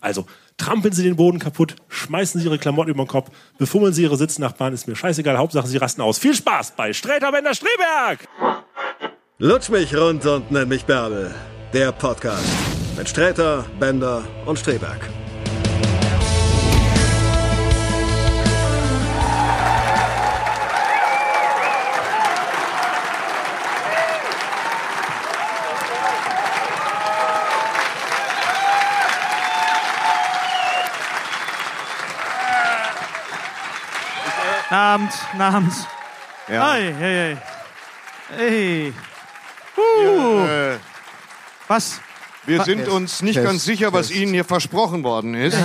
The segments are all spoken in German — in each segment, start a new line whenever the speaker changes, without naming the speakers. Also trampeln Sie den Boden kaputt, schmeißen Sie Ihre Klamotten über den Kopf, befummeln Sie Ihre Sitznachbarn, ist mir scheißegal, Hauptsache Sie rasten aus. Viel Spaß bei Sträter Bender Streberg!
Lutsch mich rund und nenn mich Bärbel. Der Podcast mit Sträter, Bender und Streberg.
Abend, Abend. Ja. Ei, ei, ei. Ey. Uh.
Äh,
Was?
wir sind uns nicht ganz sicher, was Ihnen hier versprochen worden ist.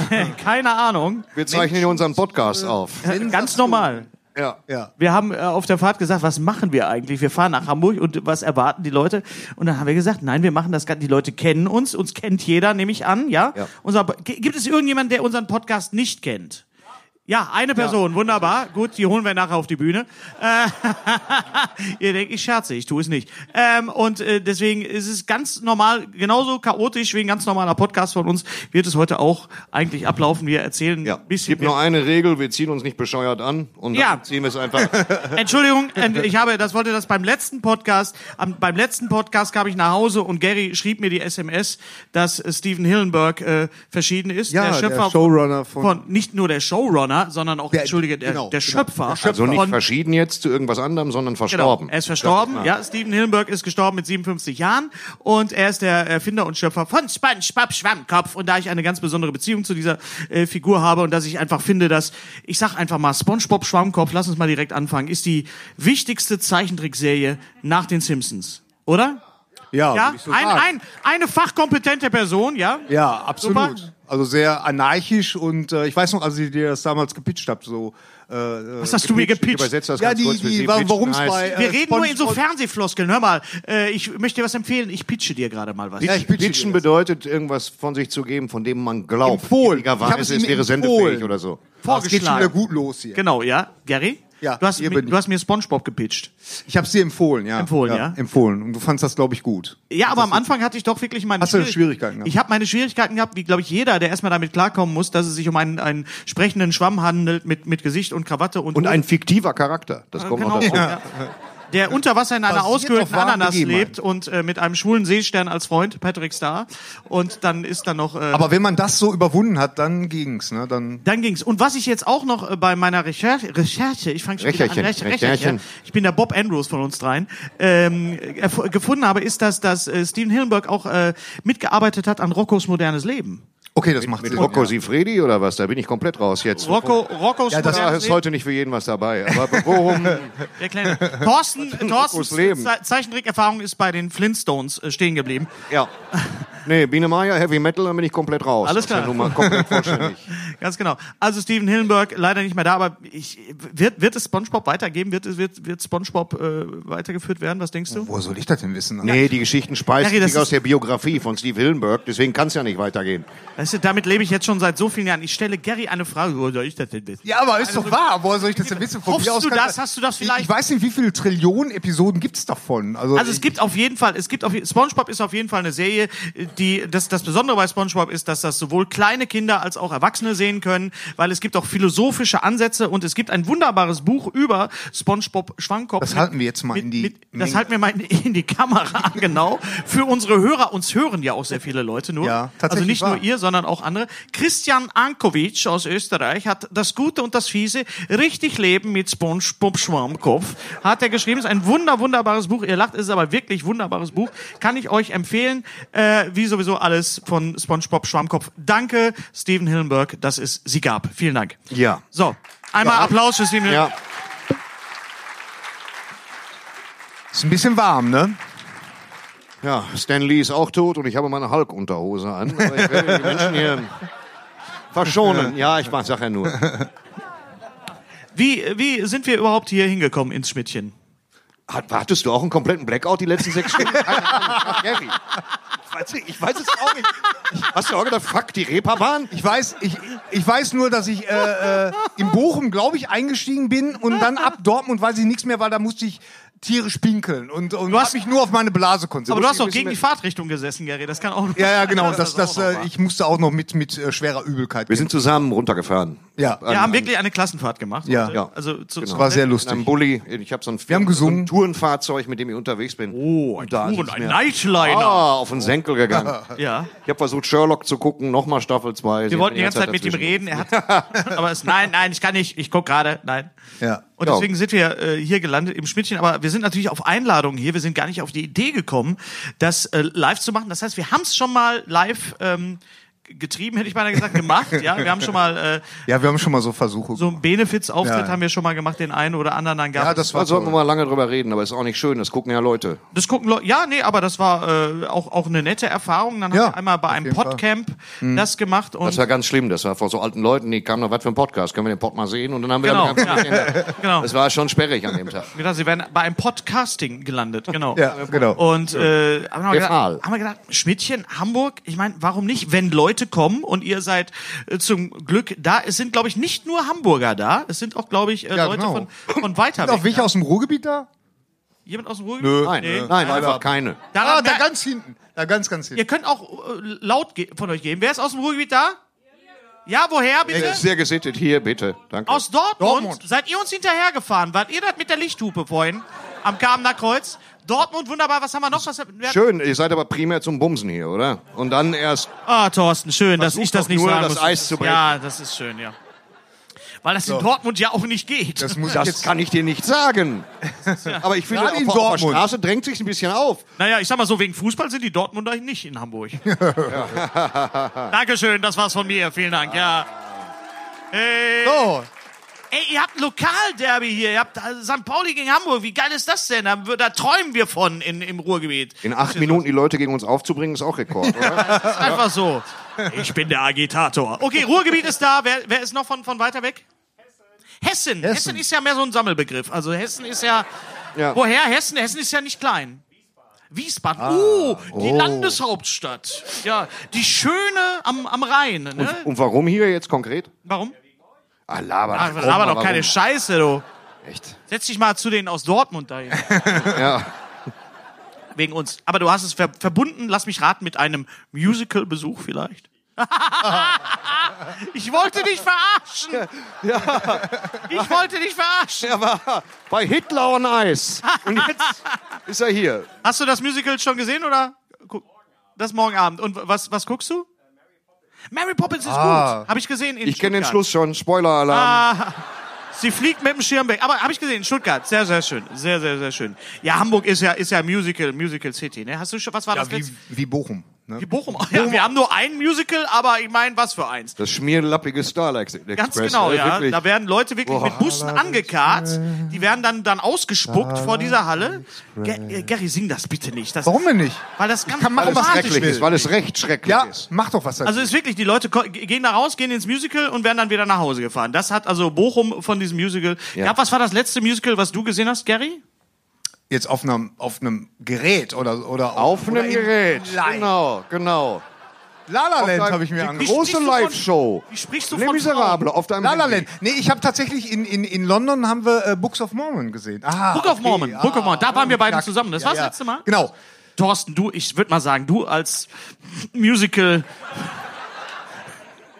Keine Ahnung.
Wir zeichnen hier unseren Podcast auf.
Ganz normal.
Ja.
Wir haben äh, auf der Fahrt gesagt, was machen wir eigentlich? Wir fahren nach Hamburg und was erwarten die Leute? Und dann haben wir gesagt, nein, wir machen das gar Die Leute kennen uns, uns kennt jeder, nehme ich an, ja?
Ja.
Unser, G- gibt es irgendjemanden, der unseren Podcast nicht kennt? Ja, eine Person, wunderbar. Gut, die holen wir nachher auf die Bühne. Äh, ihr denkt, ich scherze, ich tue es nicht. Ähm, und äh, deswegen ist es ganz normal, genauso chaotisch wie ein ganz normaler Podcast von uns, wird es heute auch eigentlich ablaufen. Wir erzählen
Ja,
ein
es
bisschen.
gibt
mehr-
nur eine Regel, wir ziehen uns nicht bescheuert an und dann
Ja.
ziehen wir es einfach.
Entschuldigung, ähm, ich habe, das wollte das beim letzten Podcast. Am, beim letzten Podcast kam ich nach Hause und Gary schrieb mir die SMS, dass äh, Steven Hillenburg äh, verschieden ist.
Ja, der Showrunner von-
nicht nur der Showrunner, sondern auch,
Der-
entschuldige, der,
genau,
der Schöpfer.
Also nicht
von-
verschieden jetzt zu irgendwas anderem, sondern verstorben.
Genau. Er ist verstorben. Ja, Steven Hillenburg ist gestorben mit 57 Jahren und er ist der Erfinder und Schöpfer von SpongeBob Schwammkopf. Und da ich eine ganz besondere Beziehung zu dieser äh, Figur habe und dass ich einfach finde, dass ich sag einfach mal SpongeBob Schwammkopf, lass uns mal direkt anfangen, ist die wichtigste Zeichentrickserie nach den Simpsons, oder?
Ja,
Ja,
würd ich so
ein,
sagen.
ein, eine fachkompetente Person, ja?
ja absolut.
Super.
Also sehr anarchisch und äh, ich weiß noch, als ihr dir das damals gepitcht habt, so. Äh, Was
hast du mir
Ich
gepitcht?
übersetze das
Ja,
ganz
die,
kurz. für Sie.
die, wa- warum es
Pitchen
bei.
heißt-
äh,
Wir reden nur in so
SpongeBob-
Fernsehfloskeln. Hör mal, äh, ich möchte dir was empfehlen. Ich pitche dir gerade mal was.
Ja, ich pitche
Pitchen
dir das.
bedeutet, irgendwas von sich zu geben, von dem man glaubt.
Empfohlen. Ich hab es
Weise, es
ihm
wäre
empfohlen.
sendefähig oder
Ah,
so.
Es geht schon
vorgeschlagen.
wieder gut los hier.
Genau, ja. Gary?
Ja,
Du hast,
hier
mi-
bin ich.
du hast mir Spongebob gepitcht.
Ich hab's dir empfohlen, ja.
Empfohlen, ja.
Empfohlen. Und du fandst das, glaube ich, gut.
Ja, aber am Anfang hatte ich doch wirklich meine
Hast du
Schwierig-
Schwierigkeiten gehabt?
Ich habe meine Schwierigkeiten gehabt, wie glaube ich jeder, der erstmal damit klarkommen muss, dass es sich um einen, einen sprechenden Schwamm handelt mit, mit Gesicht und Krawatte und,
Und ein fiktiver Charakter. Das kommt
genau,
noch dazu.
ja. der unter Wasser in einer
Basiert
ausgehöhlten
auf wahren
Ananas
Begebenheiten.
lebt und äh, mit einem schwulen Seestern als Freund, Patrick Star. Und dann ist dann noch äh,
Aber wenn man das so überwunden hat, dann ging's, ne? Dann.
Dann ging's. Und was ich jetzt auch noch äh, bei meiner Recherche, Recherche ich fange schon wieder an,
Recherchen,
Recher-
Recherchen.
ich bin der Bob Andrews von uns dreien, ähm, erf- gefunden habe, ist, dass, dass äh, Steven Hillenburg auch äh, mitgearbeitet hat an Roccos modernes Leben.
Okay, das macht
Mit
Sinn.
Rocco
ja.
Sifredi oder was? Da bin ich komplett raus jetzt.
Rocco, Roccos
das
Da
modernes
ist
Leben.
heute nicht für jeden was dabei. Aber worum?
Der kleine Thorsten, Thorstens
Leben.
Ze Zeichentrickerfahrung ist bei den Flintstones äh, stehen geblieben.
ja. Nee, Biene Maya, Heavy Metal, dann bin ich komplett raus.
Alles
Das ist ja
klar.
nun mal komplett vollständig.
Ganz genau. Also Steven Hillenburg leider nicht mehr da, aber ich, wird, wird es SpongeBob weitergeben? Wird, es- wird, wird SpongeBob äh, weitergeführt werden? Was denkst du?
Wo soll ich das denn wissen?
Nee, die Geschichten speisen
Harry, das
sich aus
ist-
der Biografie von Steve Hillenburg, deswegen kann es ja nicht weitergehen.
Weißt du, damit lebe ich jetzt schon seit so vielen Jahren. Ich stelle Gary eine Frage, wo soll ich das denn wissen?
Ja, aber ist
Also
doch wahr. Woher soll ich das denn wissen? Von
Hoffst
mir aus
du
kann-
das? Hast du das vielleicht-
Ich weiß nicht, wie viele Trillionen Episoden gibt's davon. Also,
Also es gibt auf jeden Fall, es gibt auf SpongeBob ist auf jeden Fall eine Serie, die, das, das Besondere bei SpongeBob ist, dass das sowohl kleine Kinder als auch Erwachsene sehen können, weil es gibt auch philosophische Ansätze und es gibt ein wunderbares Buch über SpongeBob Schwankopf.
Das halten wir jetzt mal
mit,
in die
mit, Das
Menge.
halten wir mal in, in die Kamera, genau. Für unsere Hörer, uns hören ja auch sehr viele Leute nur.
Ja,
also
tatsächlich
nicht
wahr.
nur ihr, sondern auch andere. Christian Ankovic aus Österreich hat das Gute und das Fiese, richtig Leben mit SpongeBob Schwammkopf, hat er geschrieben. Ist ein wunder, wunderbares Buch. Ihr lacht, ist aber wirklich wunderbares Buch. Kann ich euch empfehlen. Äh, wie sowieso alles von SpongeBob Schwammkopf. Danke, Steven Hillenberg, dass es sie gab. Vielen Dank.
Ja.
So, einmal Applaus für Steven Hillenberg.
Ja. Ist ein bisschen warm, ne?
Ja, Stan Lee ist auch tot und ich habe meine Hulk-Unterhose an. Aber ich werde die Menschen hier verschonen. Ja, ich mach- sag ja nur.
Wie, wie sind wir überhaupt hier hingekommen ins Schmidtchen?
Hat, hattest du auch einen kompletten Blackout die letzten sechs Stunden? Keine Ahnung, Gary. Ich weiß, nicht, ich weiß es auch nicht. Hast du auch gedacht, fuck, die Reeperbahn?
Ich weiß, ich, ich weiß nur, dass ich äh, äh, in Bochum, glaube ich, eingestiegen bin und dann ab Dortmund weiß ich nichts mehr, weil da musste ich tierisch pinkeln und, und du
hast-
hast mich nur auf meine Blase konzentriert.
Aber du hast doch gegen die Fahrtrichtung gesessen, Gary. Das kann auch
ja, ja, genau. Das, das,
auch noch
äh, ich musste auch noch mit, mit äh, schwerer Übelkeit.
Wir sind zusammen runtergefahren.
ja,
Wir
an-
haben wirklich eine Klassenfahrt gemacht.
Ja.
heute.
Ja.
Also zu,
war sehr
In einem
lustig.
Bulli. Ich habe so ein,
haben gesungen.
So ein Tourenfahrzeug, mit dem ich unterwegs bin.
Oh, ein,
Da
Touren,
sitzt
ein
mir-
Nightliner.
Ah, auf den Senkel gegangen.
Ja.
Ich habe versucht, Sherlock zu gucken, nochmal Staffel 2.
Wir wollten die ganze Zeit mit ihm reden. Er hat, aber es, nein, nein, ich kann nicht. Ich guck gerade. Nein.
Ja. genau.
Und
Ja.
deswegen sind wir äh, hier gelandet im Schmidtchen. Aber wir sind natürlich auf Einladung hier. Wir sind gar nicht auf die Idee gekommen, das äh, live zu machen. Das heißt, wir haben es schon mal live ähm, getrieben, hätte ich beinahe gesagt, gemacht. ja, wir haben schon mal äh,
ja, wir haben schon mal so Versuche.
so einen Benefiz-Auftritt
Ja.
haben wir schon mal gemacht, den einen oder anderen dann gab
ja,
es.
das
Da
war
Also sollten wir
toll.
mal lange drüber reden, aber ist auch nicht schön. Das gucken ja Leute.
Das gucken Leute. Ja, nee, aber das war äh, auch, auch eine nette Erfahrung. Dann
Ja,
haben wir einmal bei
auf
einem
jeden Fall. Mhm.
Podcamp das gemacht und
Das war ganz schlimm. Das war vor so alten Leuten, die kamen noch, was für ein Podcast, können wir den Pod mal sehen? Und dann haben wir
Genau,
damit einfach
ja.
geändert.
Genau.
Das war schon sperrig an dem Tag.
gedacht, sie wären bei einem Podcasting gelandet, genau.
Ja, genau.
Und äh, haben, wir gedacht,
Aal.
haben wir gedacht, Schmidtchen, Hamburg, ich meine, warum nicht, wenn Leute kommen und ihr seid äh, zum Glück da. Es sind, glaube ich, nicht nur Hamburger da, es sind auch, glaube ich, äh,
Ja,
Leute
genau.
von, von weiter
Auf
weg.
welche aus dem Ruhrgebiet da?
Jemand aus dem Ruhrgebiet?
Nein,
Nee.
nein, einfach keine.
Daran
Ah, da
merkt-
ganz hinten. Da ganz, ganz hinten.
ihr könnt auch äh, laut ge- von euch geben. Wer ist aus dem Ruhrgebiet da? Ja, woher bitte?
Sehr gesittet. Hier, bitte. Danke.
Aus Dortmund?
Dortmund.
Seid ihr uns hinterhergefahren? Wart ihr das mit der Lichthupe vorhin am Kamener Kreuz? Dortmund, wunderbar. Was haben wir noch? Was, wer,
Schön, ihr seid aber primär zum Bumsen hier, oder? Und dann erst
Ah, Thorsten, schön, dass ich das
doch
nicht
nur,
sagen
das
muss.
Eis zu brechen.
Ja, das ist schön, ja. Weil das in Dortmund ja auch nicht geht.
Das muss ich
Das
jetzt.
kann ich dir nicht sagen. Aber ich finde,
Gerade
auf,
in
auf der
Dortmund.
Straße drängt sich ein bisschen auf.
naja, ich sag mal so, wegen Fußball sind die Dortmunder nicht in Hamburg. Dankeschön, das war's von mir. Vielen Dank, ja. Hey.
Oh,
Ey, ihr habt ein Lokalderby hier. Ihr habt äh, St. Pauli gegen Hamburg. Wie geil ist das denn? Da, da träumen wir von in, im Ruhrgebiet.
In acht Minuten die Leute gegen uns aufzubringen, ist auch Rekord, oder?
Ist einfach so. Ich bin der Agitator. Oh, Okay, Ruhrgebiet ist da. Wer, wer ist noch von, von weiter weg? Hessen. Hessen. Hessen ist ja mehr so ein Sammelbegriff. Also Hessen ist ja.
Ja. Ah.
Woher Hessen? Hessen ist ja nicht klein. Wiesbaden. oh, die Landeshauptstadt. Ja, die schöne am, am Rhein. Ne?
Und warum hier jetzt konkret?
Warum?
Ah, laber,
Ach,
warum,
laber doch
warum?
keine Scheiße, du.
Echt?
Setz dich mal zu denen aus Dortmund dahin.
Ja.
Wegen uns. Aber du hast es ver verbunden, lass mich raten, mit einem Musical-Besuch vielleicht. ich wollte dich verarschen. Ich wollte dich verarschen.
Er war bei Hitler on Eis. Und jetzt ist er hier.
Hast du das Musical schon gesehen oder? Guck- Das morgen Abend. Und was, was guckst du? Mary Poppins ist gut. Habe ich gesehen. In
Ah. Ich kenne den
Stuttgart.
Schluss schon. Spoiler-Alarm.
Sie fliegt mit dem Schirm weg. Aber habe ich gesehen, in Stuttgart. Sehr, sehr schön. Sehr, sehr, sehr schön. Ja, Hamburg ist ja, ist ja Musical, Musical City. Ne? Hast du schon, was war das
ja, wie,
letzte?
wie Bochum. Ne?
Wie Bochum. Ja, wir haben nur ein Musical, aber ich meine, was für eins.
Das schmierlappige Starlight Express.
Ganz genau,
äh,
ja.
wirklich.
Da werden Leute wirklich mit Bussen angekarrt. Die werden dann, dann ausgespuckt vor dieser Halle. Ge äh, Gary, sing das bitte nicht. Das,
Warum denn nicht?
Weil das ganz
kann machen,
Weil es
Automatisch
schrecklich
will.
ist, weil es recht schrecklich
Ja,
ist.
mach doch was dazu.
Also ist wirklich, die Leute ko- gehen da raus, gehen ins Musical und werden dann wieder nach Hause gefahren. Das hat also Bochum von diesem Musical. Ja.
Ja.
was war das letzte Musical, was du gesehen hast, Gary?
jetzt auf einem, auf einem Gerät oder oder
Auf
oder
einem
in-
Gerät.
Live.
Genau, genau.
La La Land
deinem-
habe ich mir
Die
angeguckt.
große
sprichst du von-
Live-Show.
wie sprichst du
Les
von
Miserables auf deinem
La La
Handy.
Land. Nee, ich habe tatsächlich in, in, in London haben wir äh, Books of Mormon gesehen. Ah,
Book of Mormon. Book of Mormon. Da waren wir beide
ja,
zusammen. Das
ja,
war das
ja.
letzte Mal.
Genau.
Thorsten, du, ich würde mal sagen, du als Musical.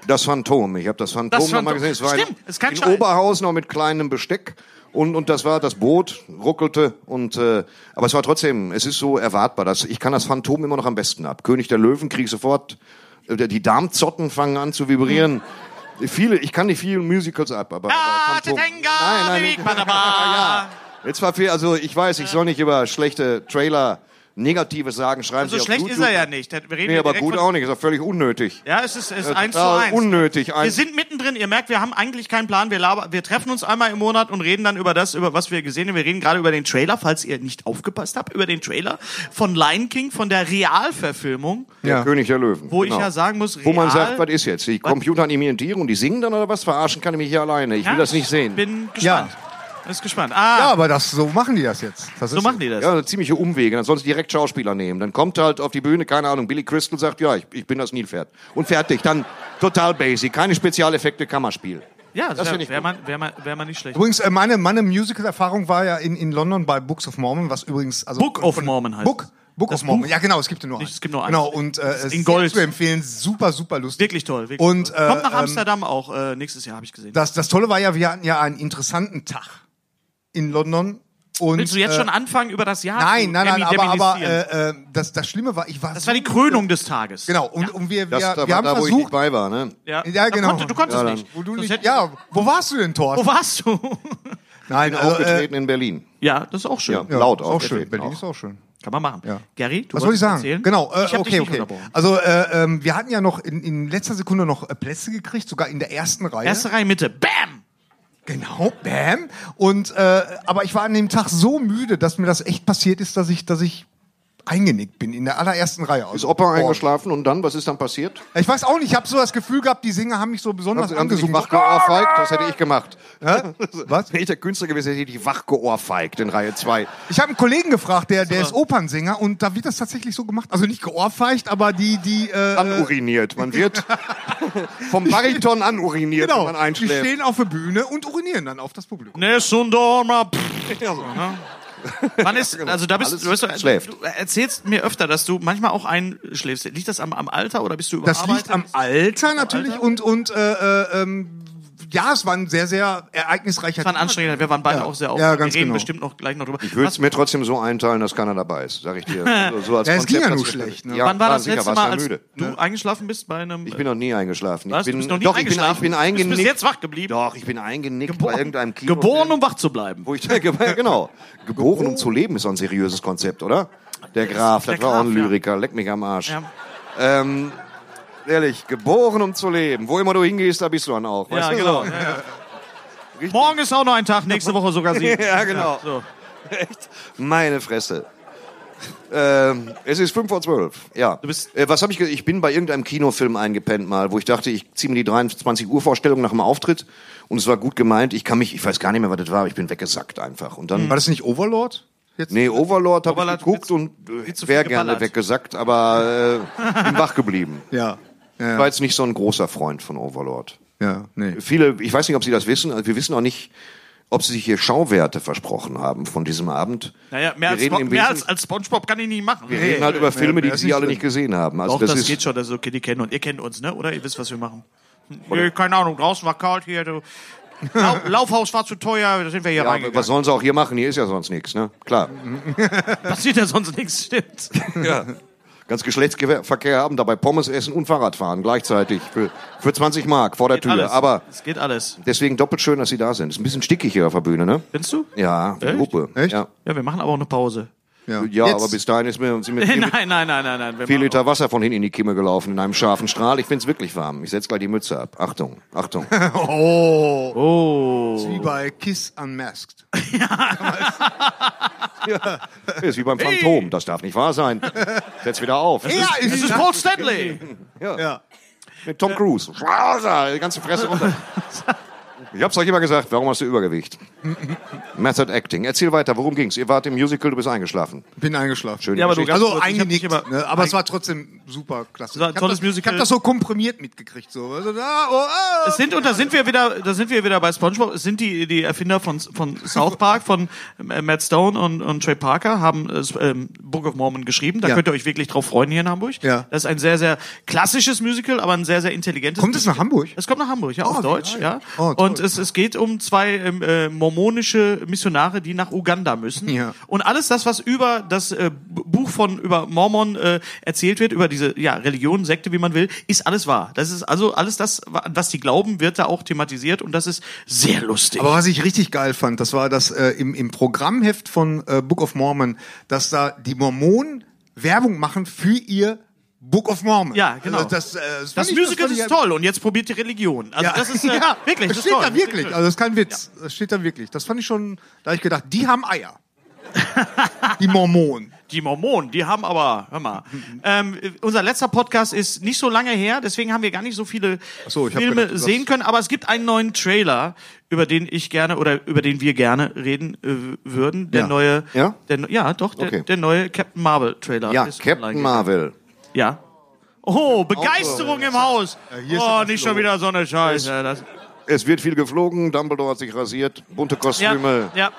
Das Phantom. Ich habe das Phantom
Das
noch mal
Phantom.
gesehen. Es war
Stimmt,
in,
es kann
in
schon-
Oberhausen noch mit kleinem Besteck. Und, und das war das Boot, ruckelte und äh, aber es war trotzdem, es ist so erwartbar, dass ich kann das Phantom immer noch am besten ab. König der Löwen krieg ich sofort, äh, die Darmzotten fangen an zu vibrieren. Viele, ich kann nicht viele Musicals ab, aber,
Hm. Ah,
aber Phantom.
Tetenga,
Nein,
Bewegt
nein,
man
nein.
aber.
ja. Jetzt war viel, also ich weiß, ich soll nicht über schlechte Trailer Negatives sagen, schreiben
So
Sie auf
Also schlecht
YouTube.
ist er ja nicht. Wir reden
Nee,
ja
aber
direkt
gut
von-
auch nicht, ist doch völlig unnötig.
Ja, es ist, es ist
Ja,
eins zu
total
eins.
unnötig.
Wir
Ein-
sind mittendrin. Ihr merkt, wir haben eigentlich keinen Plan. Wir, laber, wir treffen uns einmal im Monat und reden dann über das, über was wir gesehen haben. Wir reden gerade über den Trailer, falls ihr nicht aufgepasst habt, über den Trailer von Lion King, von der Realverfilmung,
Der König der Löwen.
wo
genau.
ich ja sagen muss, real,
Wo man sagt, was ist jetzt? Die computeranimierten Tiere und die singen dann oder was? Verarschen kann ich mich hier alleine. Ich will
Ja,
das nicht sehen.
Bin gespannt. Ist gespannt. Ah,
Ja, aber das, so machen die das jetzt. Das
so machen die das.
Ja, also ziemliche Umwege. Dann sollen sie direkt Schauspieler nehmen. Dann kommt halt auf die Bühne, keine Ahnung, Billy Crystal sagt, ja, ich, ich bin das Nilpferd. Und fertig. Dann total basic. Keine Spezialeffekte, Kammerspiel.
Ja, das
find
wäre
ich
wär
gut.
man, wär man, wär man nicht schlecht.
Übrigens, äh, meine, meine Musical-Erfahrung war ja in, in London bei Books of Mormon, was übrigens... Also
Book of
von-
Mormon heißt
Book,
es.
Book
Das
of Mormon.
Buch.
Ja, genau, es gibt nur eins.
es gibt nur eins.
Genau, und äh, es
in
ist
Gold.
zu empfehlen, super, super lustig.
Wirklich toll. Wirklich
und
toll. Kommt
äh,
nach
ähm,
Amsterdam auch äh, nächstes Jahr, habe ich gesehen.
Das, das Tolle war ja, wir hatten ja einen interessanten Tag in London. Und,
Willst du jetzt
äh,
schon anfangen, über das Jahr
Nein, nein, nein,
Emmy
aber, aber
deminisieren?
äh, äh, das, das Schlimme war, ich war.
das war die Krönung des Tages.
Genau, und, und wir, wir,
Das
wir
da war
haben
da, wo ich nicht
versucht.
bei war, ne?
Ja,
Ja,
Da
genau.
Konnte, du konntest
Ja, dann.
nicht.
Wo du
Sonst
nicht,
hätte-
ja, wo warst du denn, Thorsten?
Wo warst du?
nein,
Bin
also, äh,
aufgetreten in Berlin.
Ja, das ist auch schön.
Ja, laut
ist auch schön.
aufgetreten.
Berlin
auch.
ist auch schön.
Kann man machen.
Ja.
Gary, du
Was wollte ich
wolltest
sagen?
erzählen?
Genau, äh,
ich hab
okay,
dich nicht
okay.
unterbrochen.
Also äh, ähm, wir hatten ja noch in, in letzter Sekunde noch äh, Plätze gekriegt, sogar in der ersten Reihe.
Erste Reihe Mitte. Bam!
Genau, bam. Und äh, aber ich war an dem Tag so müde, dass mir das echt passiert ist, dass ich, dass ich eingenickt bin in der allerersten Reihe.
Ist
Also,
Opa
boah.
eingeschlafen und dann? Was ist dann passiert?
Ich weiß auch nicht, ich habe so das Gefühl gehabt, die Sänger haben mich so besonders
Haben sie dich
angesungen.
wach geohrfeigt? Das hätte ich gemacht.
Was?
Wenn ich der Künstler gewesen wäre, hätte ich die wach geohrfeigt in Reihe 2.
Ich habe einen Kollegen gefragt, der, der ist Opernsänger und da wird das tatsächlich so gemacht. Also nicht geohrfeigt, aber die, die äh,
anuriniert. Man wird vom Bariton anuriniert, wenn
genau,
man
die
einschläft.
stehen auf der Bühne und urinieren dann auf das Publikum.
Nessun Dorma. Pff. Ja. Wann ist, also da bist
Genau. Alles
du, weißt du,
schläft.
du erzählst mir öfter, dass du manchmal auch einschläfst. Liegt das am, am Alter oder bist du
Das
überarbeitet?
liegt am Alter natürlich
Alter?
und und äh, äh, ähm, ja, es war ein sehr sehr ereignisreicher
Das war ein
Tag.
anstrengender, wir waren beide auch sehr auf.
Ja, ganz
wir reden
genau.
bestimmt noch gleich noch drüber.
Ich würde es mir trotzdem so einteilen, dass keiner dabei ist, sag ich dir. So- So als
Ja, es
Konzept,
ging ja
dass
nur
ich-
schlecht, ne?
Ja,
Wann war das
sicher,
letzte
warst
Mal,
ja
als
müde. Ne?
du eingeschlafen bist bei einem...
Ich bin noch nie eingeschlafen. Ich
was?
bin,
du bist noch nie
doch,
eingeschlafen.
Ich bin, ich bin
Du bist bis
eingenickt.
jetzt wach geblieben.
Doch, ich bin eingenickt bei irgendeinem Kino.
Geboren, um wach zu bleiben.
Wo ich, ja, genau. Geboren, um zu leben, ist so ein seriöses Konzept, oder? Der Graf,
der
das war auch ein
Graf, ja.
Lyriker. Leck mich am Arsch.
Ja.
Ähm, ehrlich, geboren, um zu leben. Wo immer du hingehst, da bist du dann auch.
Ja,
weißt du,
genau.
so.
Ja, ja. Morgen ist auch noch ein Tag, nächste Woche sogar sieben.
Ja, genau.
So.
Echt? Meine Fresse. Ähm, es ist fünf vor zwölf. Ja.
bist-
äh, was habe ich ge- Ich bin bei irgendeinem Kinofilm eingepennt mal, wo ich dachte, ich ziehe mir die 23 Uhr Vorstellung nach dem Auftritt und es war gut gemeint. Ich kann mich, ich weiß gar nicht mehr, was das war, aber ich bin weggesackt einfach. Und dann
War das nicht Overlord? Jetzt?
Nee, Overlord habe ich
Overlord, viel
geguckt
zu-
und
viel zu
äh,
viel
wäre gerne
geballert.
weggesackt, aber äh, bin wach geblieben.
Ja.
Ich war jetzt nicht so ein großer Freund von Overlord.
Ja, nee.
Viele, ich weiß nicht, ob Sie das wissen, also wir wissen auch nicht, ob Sie sich hier Schauwerte versprochen haben von diesem Abend.
Naja, mehr,
wir
als,
reden
Spo-
im
mehr
Wesentlichen-
als, als Spongebob kann ich nicht machen.
Wir reden halt über Filme,
mehr
die
ist
Sie
nicht
alle
drin.
nicht gesehen haben. Also
Doch, das,
ist,
geht schon, das ist okay, die kennen uns. Ihr kennt uns, ne? Oder? Ihr wisst, was wir machen. Hm, Nee, keine Ahnung, draußen war kalt hier. Du. Lau Laufhaus war zu teuer, da sind wir hier
Ja, aber was
reingegangen.
sollen sie auch hier machen? Hier ist ja sonst nichts, ne? Klar.
Passiert ja sonst nichts, stimmt.
Ganz Geschlechtsverkehr haben, dabei Pommes essen und Fahrrad fahren gleichzeitig für, für 20 Mark vor der Tür.
Alles.
Aber
Es geht alles.
deswegen doppelt schön, dass Sie da sind. Ist ein bisschen stickig hier auf der Bühne, ne?
Findest du?
Ja,
Echt?
Hupe.
Echt?
Ja,
Ja, wir machen aber auch eine Pause.
Ja,
ja
Jetzt-
aber bis dahin ist mir, sind mir
nein,
vier,
nein, nein, nein, nein. Wir
vier
machen-
Liter Wasser von hinten in die Kimme gelaufen, in einem scharfen Strahl. Ich find's wirklich warm. Ich setz gleich die Mütze ab. Achtung, Achtung.
Oh.
Oh.
Wie bei Kiss Unmasked.
ist wie beim Phantom. Das darf nicht wahr sein. Setz wieder auf.
Ja,
Es ist Paul Stanley.
Mit Tom Cruise. Schwasa, die ganze Fresse runter. Ich hab's euch immer gesagt, warum hast du Übergewicht? Method Acting. Erzähl weiter, worum ging's? Ihr wart im Musical, du bist eingeschlafen.
Bin eingeschlafen.
Schöne Ja, aber du
Geschichte. ganz
also
kurz, ich hab
eingenickt,
mich immer-
ne? aber es war trotzdem super klasse.
Es war ein
Ich hab
tolles
das, Ich
Musical.
habe das so komprimiert mitgekriegt. So. Also, da, oh, ah.
Es sind, und da sind wir wieder, da sind wir wieder bei SpongeBob. Es sind die, die Erfinder von, von South Park, von äh, Matt Stone und, und Trey Parker, haben äh, ähm, Book of Mormon geschrieben. Da
Ja.
könnt ihr euch wirklich drauf freuen hier in Hamburg.
Ja.
Das ist ein sehr, sehr klassisches Musical, aber ein sehr, sehr intelligentes.
Kommt es nach Hamburg?
Es kommt nach Hamburg, ja,
wie
auf Deutsch,
geil.
ja.
Oh, toll.
und es, es geht um zwei ähm, äh, mormonische Missionare, die nach Uganda müssen.
Ja.
Und alles das, was über das äh, B- Buch von über Mormon äh, erzählt wird, über diese ja, Religion, Sekte, wie man will, ist alles wahr. Das ist also alles das, wa- an was die glauben, wird da auch thematisiert und das ist sehr lustig.
Aber was ich richtig geil fand, das war das äh, im, im Programmheft von äh, Book of Mormon, dass da die Mormonen Werbung machen für ihr Book of Mormon.
Ja, genau.
Also das äh, das,
das
fand ich-
Musical
fand ich-
ist toll und jetzt probiert die Religion. Also das ist äh,
ja,
wirklich,
Das
das ist
steht
toll.
da wirklich. Also das ist kein Witz. Das steht da wirklich. Das fand ich schon, da hab ich gedacht, die haben Eier. die Mormonen.
Die Mormonen, die haben aber, hör mal. Ähm, unser letzter Podcast ist nicht so lange her, deswegen haben wir gar nicht so viele
so, ich hab
Filme
gedacht, du
sehen
sagst-
können, aber es gibt einen neuen Trailer, über den ich gerne oder über den wir gerne reden äh, würden. Der
Ja.
neue,
Ja?
Der, ne- ja, doch, der,
Okay.
der neue Captain Marvel Trailer.
Ja,
ist
Captain
online.
Marvel.
Ja. Oh, Begeisterung im Haus.
hier ist
oh,
schon
nicht
was
schon wieder so eine Scheiße. Das,
Es wird viel geflogen, Dumbledore hat sich rasiert, bunte
ja,
Kostüme.
ja.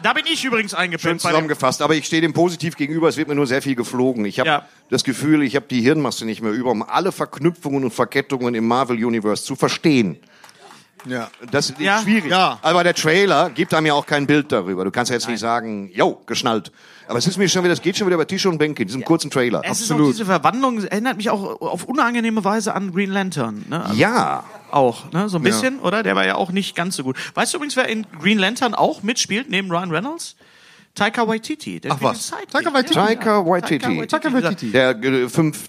Da bin ich übrigens eingepennt. bei dem-
Zusammengefasst, aber ich stehe dem positiv gegenüber, es wird mir nur sehr viel geflogen. Ich habe
Ja.
das Gefühl, ich habe die Hirnmasse nicht mehr über, um alle Verknüpfungen und Verkettungen im Marvel-Universe zu verstehen.
Ja.
Das ist
Ja.
schwierig.
Ja.
Aber der Trailer gibt einem ja auch kein Bild darüber. Du kannst ja jetzt nicht sagen, yo, geschnallt. Aber es ist mir schon wieder, das geht schon wieder über Tische und Bänke in diesem kurzen Trailer.
Es ist auch diese Verwandlung, es erinnert mich auch auf unangenehme Weise an Green Lantern. Ne? Also
ja.
Auch, ne? So ein bisschen, oder? Der war ja auch nicht ganz so gut. Weißt du übrigens, wer in Green Lantern auch mitspielt, neben Ryan Reynolds? Taika Waititi. Der
Ach
spielt
was.
den Sidekick.
Taika Waititi.
Taika Waititi,
Taika Waititi.
der äh,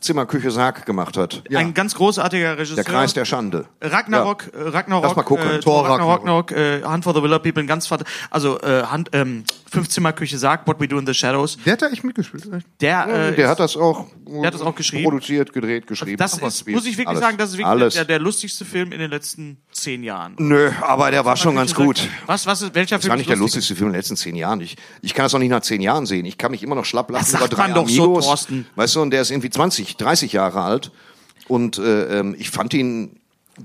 Fünf-Zimmer-Küche-Sarg gemacht hat.
Ein ganz großartiger Regisseur.
Der Kreis der Schande.
Ragnarok, äh, Ragnarok,
Lass mal gucken.
äh,
Thor
Thor Ragnarok, Ragnarok äh, Hunt for the Willow People, ein ganz fad, also äh, Hand, ähm, Fünfzimmerküche sagt, What We Do in the Shadows.
Der hat da echt mitgespielt. echt.
Der, äh,
der hat das auch, der
hat das auch geschrieben. Also
produziert, gedreht, geschrieben.
das
Ach, was
ist,
wie-
muss ich wirklich
alles.
sagen, das ist wirklich
alles.
der, der lustigste Film in den letzten zehn Jahren.
Nö, aber der war schon ganz gut.
Was, was ist, welcher
Das
Film
war nicht der
ist lustig?
lustigste Film in den letzten zehn Jahren. Ich, ich kann das noch nicht nach zehn Jahren sehen. Ich kann mich immer noch schlapp lachen
Das
über
sagt
drei
man doch so,
Amigos.
Thorsten.
weißt du, und der ist irgendwie 20, 30 Jahre alt. Und äh, ähm, ich fand ihn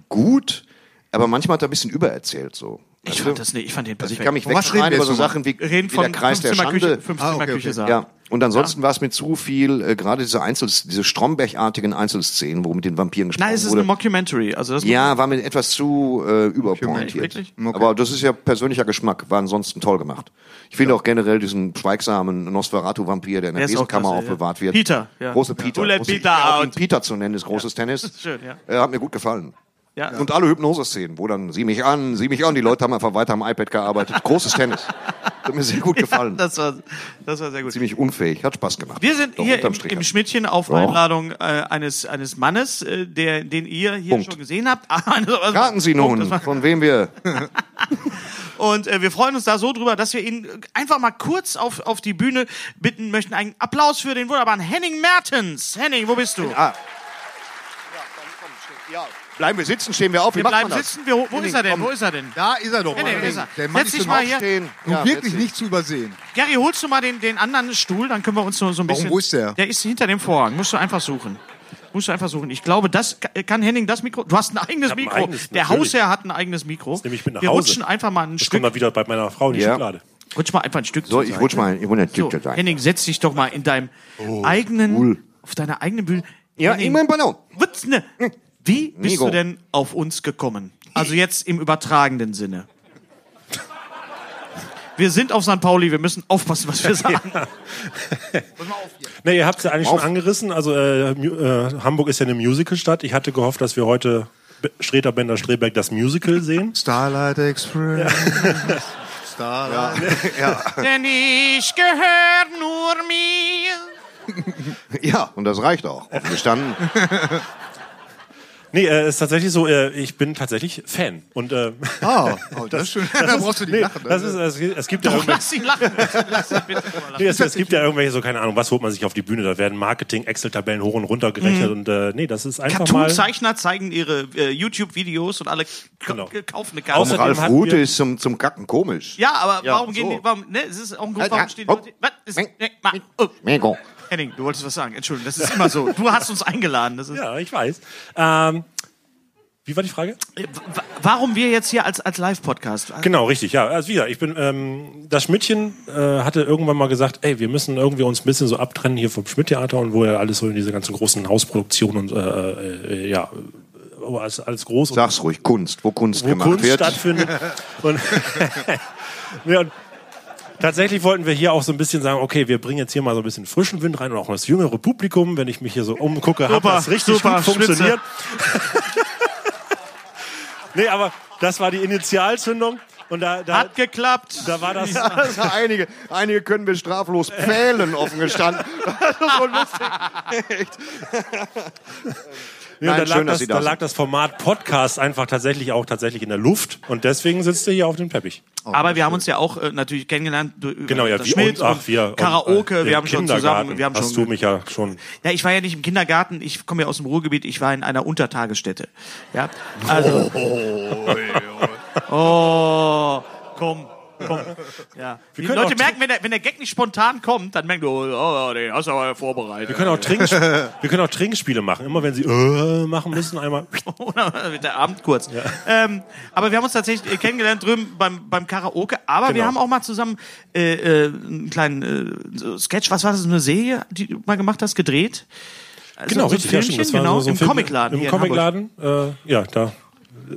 gut, aber manchmal hat er ein bisschen übererzählt so.
Ich
Weißt du?
fand das nicht, ich fand den
also ich
perfekt.
kann mich
Von was reden
wegschreien
wir
über so
jetzt nochmal?
Sachen wie,
Wir
wie der Kreis der Schande.
Fünfzimmerküche Fünfzimmerküche
Ah,
sagen.
Ja, und ansonsten war es mir zu viel, äh, gerade diese Einzel, diese Stromberg-artigen Einzelszenen, wo mit den Vampiren gesprochen
Nein, es ist
wurde.
eine Mockumentary. Also das
Ja, war mir etwas zu äh,
Echt,
überpointiert.
wirklich?
Aber das ist ja persönlicher Geschmack, war ansonsten toll gemacht. Ich finde auch generell diesen schweigsamen Nosferatu-Vampir, der in der
Der ist auch
Besenkammer
klasse, ja.
aufbewahrt wird.
Peter, ja.
Große Peter.
Who let
Große-
Peter
ja, Ihn
out?
Peter zu nennen, ist großes Tennis.
Schön, ja.
Äh, hat mir gut gefallen.
Ja.
Und alle Hypnose-Szenen, wo dann sieh mich an, sieh mich an, die Leute haben einfach weiter am iPad gearbeitet. Großes Tennis. Hat mir sehr gut gefallen.
das war, das war sehr gut.
Ziemlich unfähig, hat Spaß gemacht.
Wir sind
Doch,
hier
unterm
im,
Strich
im
hat's.
Schmidtchen auf
Doch.
Einladung äh, eines, eines Mannes, äh, der, den ihr hier
Punkt.
schon gesehen habt. Also,
Raten Sie nun, von wem wir
Und äh, wir freuen uns da so drüber, dass wir ihn äh, einfach mal kurz auf, auf die Bühne bitten möchten. Einen Applaus für den wunderbaren Henning Mertens. Henning, wo bist du?
Ah, Bleiben wir sitzen, stehen wir auf. Wie
Wir
macht
bleiben
man das?
sitzen. Wir, ho- wo ist er denn? Wo ist er denn?
Da ist er doch.
Henning,
Mann.
ist er.
Der Mann
Setz
ist
dich
schon
mal
auf-
hier.
Stehen.
nun
Ja,
wirklich
letztlich.
nicht zu übersehen.
Gary, holst du mal den, den anderen Stuhl, dann können wir uns so, so ein
Warum,
bisschen.
wo ist der?
Der ist hinter dem Vorhang. Musst du einfach suchen. Musst du einfach suchen. Ich glaube, das kann Henning das Mikro. Du hast ein eigenes
hab ein
Mikro.
eigenes,
der
natürlich.
Hausherr hat ein eigenes Mikro. Das
nehme ich mit nach
wir
Hause.
rutschen einfach mal ein
Das
Stück.
kommt mal wieder bei meiner Frau in die
Ja.
Schublade.
Rutsch mal einfach ein Stück.
So,
zur
ich
Seite.
rutsch mal. Ich wundere
So,
so, rein.
Henning, setz dich doch mal in deinem
Oh,
eigenen, auf deiner eigenen Bühne.
Ja,
Henning,
ich mein Ballon.
Was ne?
Hm.
Wie bist
Nico.
du denn auf uns gekommen? Also jetzt im übertragenen Sinne. Wir sind auf St. Pauli, wir müssen aufpassen, was wir sagen.
Ne, ihr habt es ja eigentlich
Auf.
schon angerissen. Also äh, Mu- äh, Hamburg ist ja eine Musical-Stadt. Ich hatte gehofft, dass wir heute Be- Streter Bender Streberg das Musical sehen.
Starlight Express. Starlight.
Denn ich gehöre nur mir.
Ja, und das reicht auch. Offen gestanden.
Nee, äh, ist tatsächlich so, äh, ich bin tatsächlich Fan. Und, äh,
Ah, oh, das, ist schön. da brauchst du die
nee,
Lache. ne?
das ist, es, gibt- es gibt ja irgendwelche-
Lass ihn lachen. Lass ihn bitte mal lachen.
Nee, es, es gibt ja irgendwelche, so keine Ahnung, was holt man sich auf die Bühne? Da werden Marketing, Excel-Tabellen hoch und runter gerechnet und äh, nee, das ist einfach mal.
Cartoon-Zeichner zeigen ihre äh, YouTube-Videos und alle k-
Genau.
k- kaufen eine
Außer-
Karte.
Außerdem
Ralf
hatten
Rute
wir-
ist zum, zum Kacken komisch.
Ja, aber
Ja,
warum gehen
so.
die, warum, ne, es ist auch ein Grund,
Halt,
warum
halt,
stehen
hopp.
die Leute, was ist,
Mink,
ne, ma, oh.
Mego.
Henning, du wolltest was sagen, Entschuldigung, das ist immer so, du hast uns eingeladen, das ist,
Ja, ich weiß. Ähm, wie war die Frage?
Äh, wa- warum wir jetzt hier als, als Live-Podcast,
Genau, richtig, ja. Also wieder, ich bin, ähm, das Schmidtchen äh, hatte irgendwann mal gesagt, ey, wir müssen irgendwie uns ein bisschen so abtrennen hier vom Schmidt-Theater und wo ja alles so in diese ganzen großen Hausproduktionen und äh, äh, äh, ja, wo alles, alles groß und
Sag's ruhig, Kunst, wo Kunst
wo
gemacht
Kunst
wird.
stattfindet. Und, ja, und tatsächlich wollten wir hier auch so ein bisschen sagen, okay, wir bringen jetzt hier mal so ein bisschen frischen Wind rein und auch das jüngere Publikum, wenn ich mich hier so umgucke, hat
Super,
das richtig
super,
gut funktioniert. nee, aber das war die Initialzündung und da, da,
hat geklappt,
da war das...
Also einige, einige können wir straflos
Äh.
pfählen, offen gestanden. Das ist so lustig. Echt.
Ja,
Nein,
da, lag
schön, dass
das,
Sie
da
da
lag
sind.
das Format Podcast einfach tatsächlich auch tatsächlich in der Luft und deswegen sitzt ihr hier auf dem Teppich.
aber wir haben uns ja auch äh, natürlich kennengelernt, du- über
Oh, Genau, ja,
das
wie
Schmidt
und,
und,
ach, wir und,
Karaoke,
äh,
wir
den
haben schon
Kindergarten
zusammen, wir haben
hast
schon
du mich ja schon.
Ja, ich war ja nicht im Kindergarten, ich komme ja aus dem Ruhrgebiet, ich war in einer Untertagesstätte. Ja, also.
oh,
Oh, komm, komm. Ja. Die
können
Leute
auch-
merken, wenn der, wenn der Gag nicht spontan kommt, dann merken die, oh, oh, oh, den hast du aber
Wir
vorbereitet.
können, auch Trinkspiele- wir können auch Trinkspiele machen. Immer wenn sie äh, machen müssen, einmal.
Oder wird der Abend kurz. Ähm, aber wir haben uns tatsächlich äh, kennengelernt drüben beim, beim Karaoke, aber wir
Genau.
haben auch mal zusammen äh, äh, einen kleinen äh, so Sketch, was war das, eine Serie, die du mal gemacht hast, gedreht? Also
Genau,
so ein
richtig. ja, stimmt.
Filmchen,
war
genau,
so ein
im
Film-
Comicladen
Im
hier in Hamburg.
Comicladen, äh, ja, da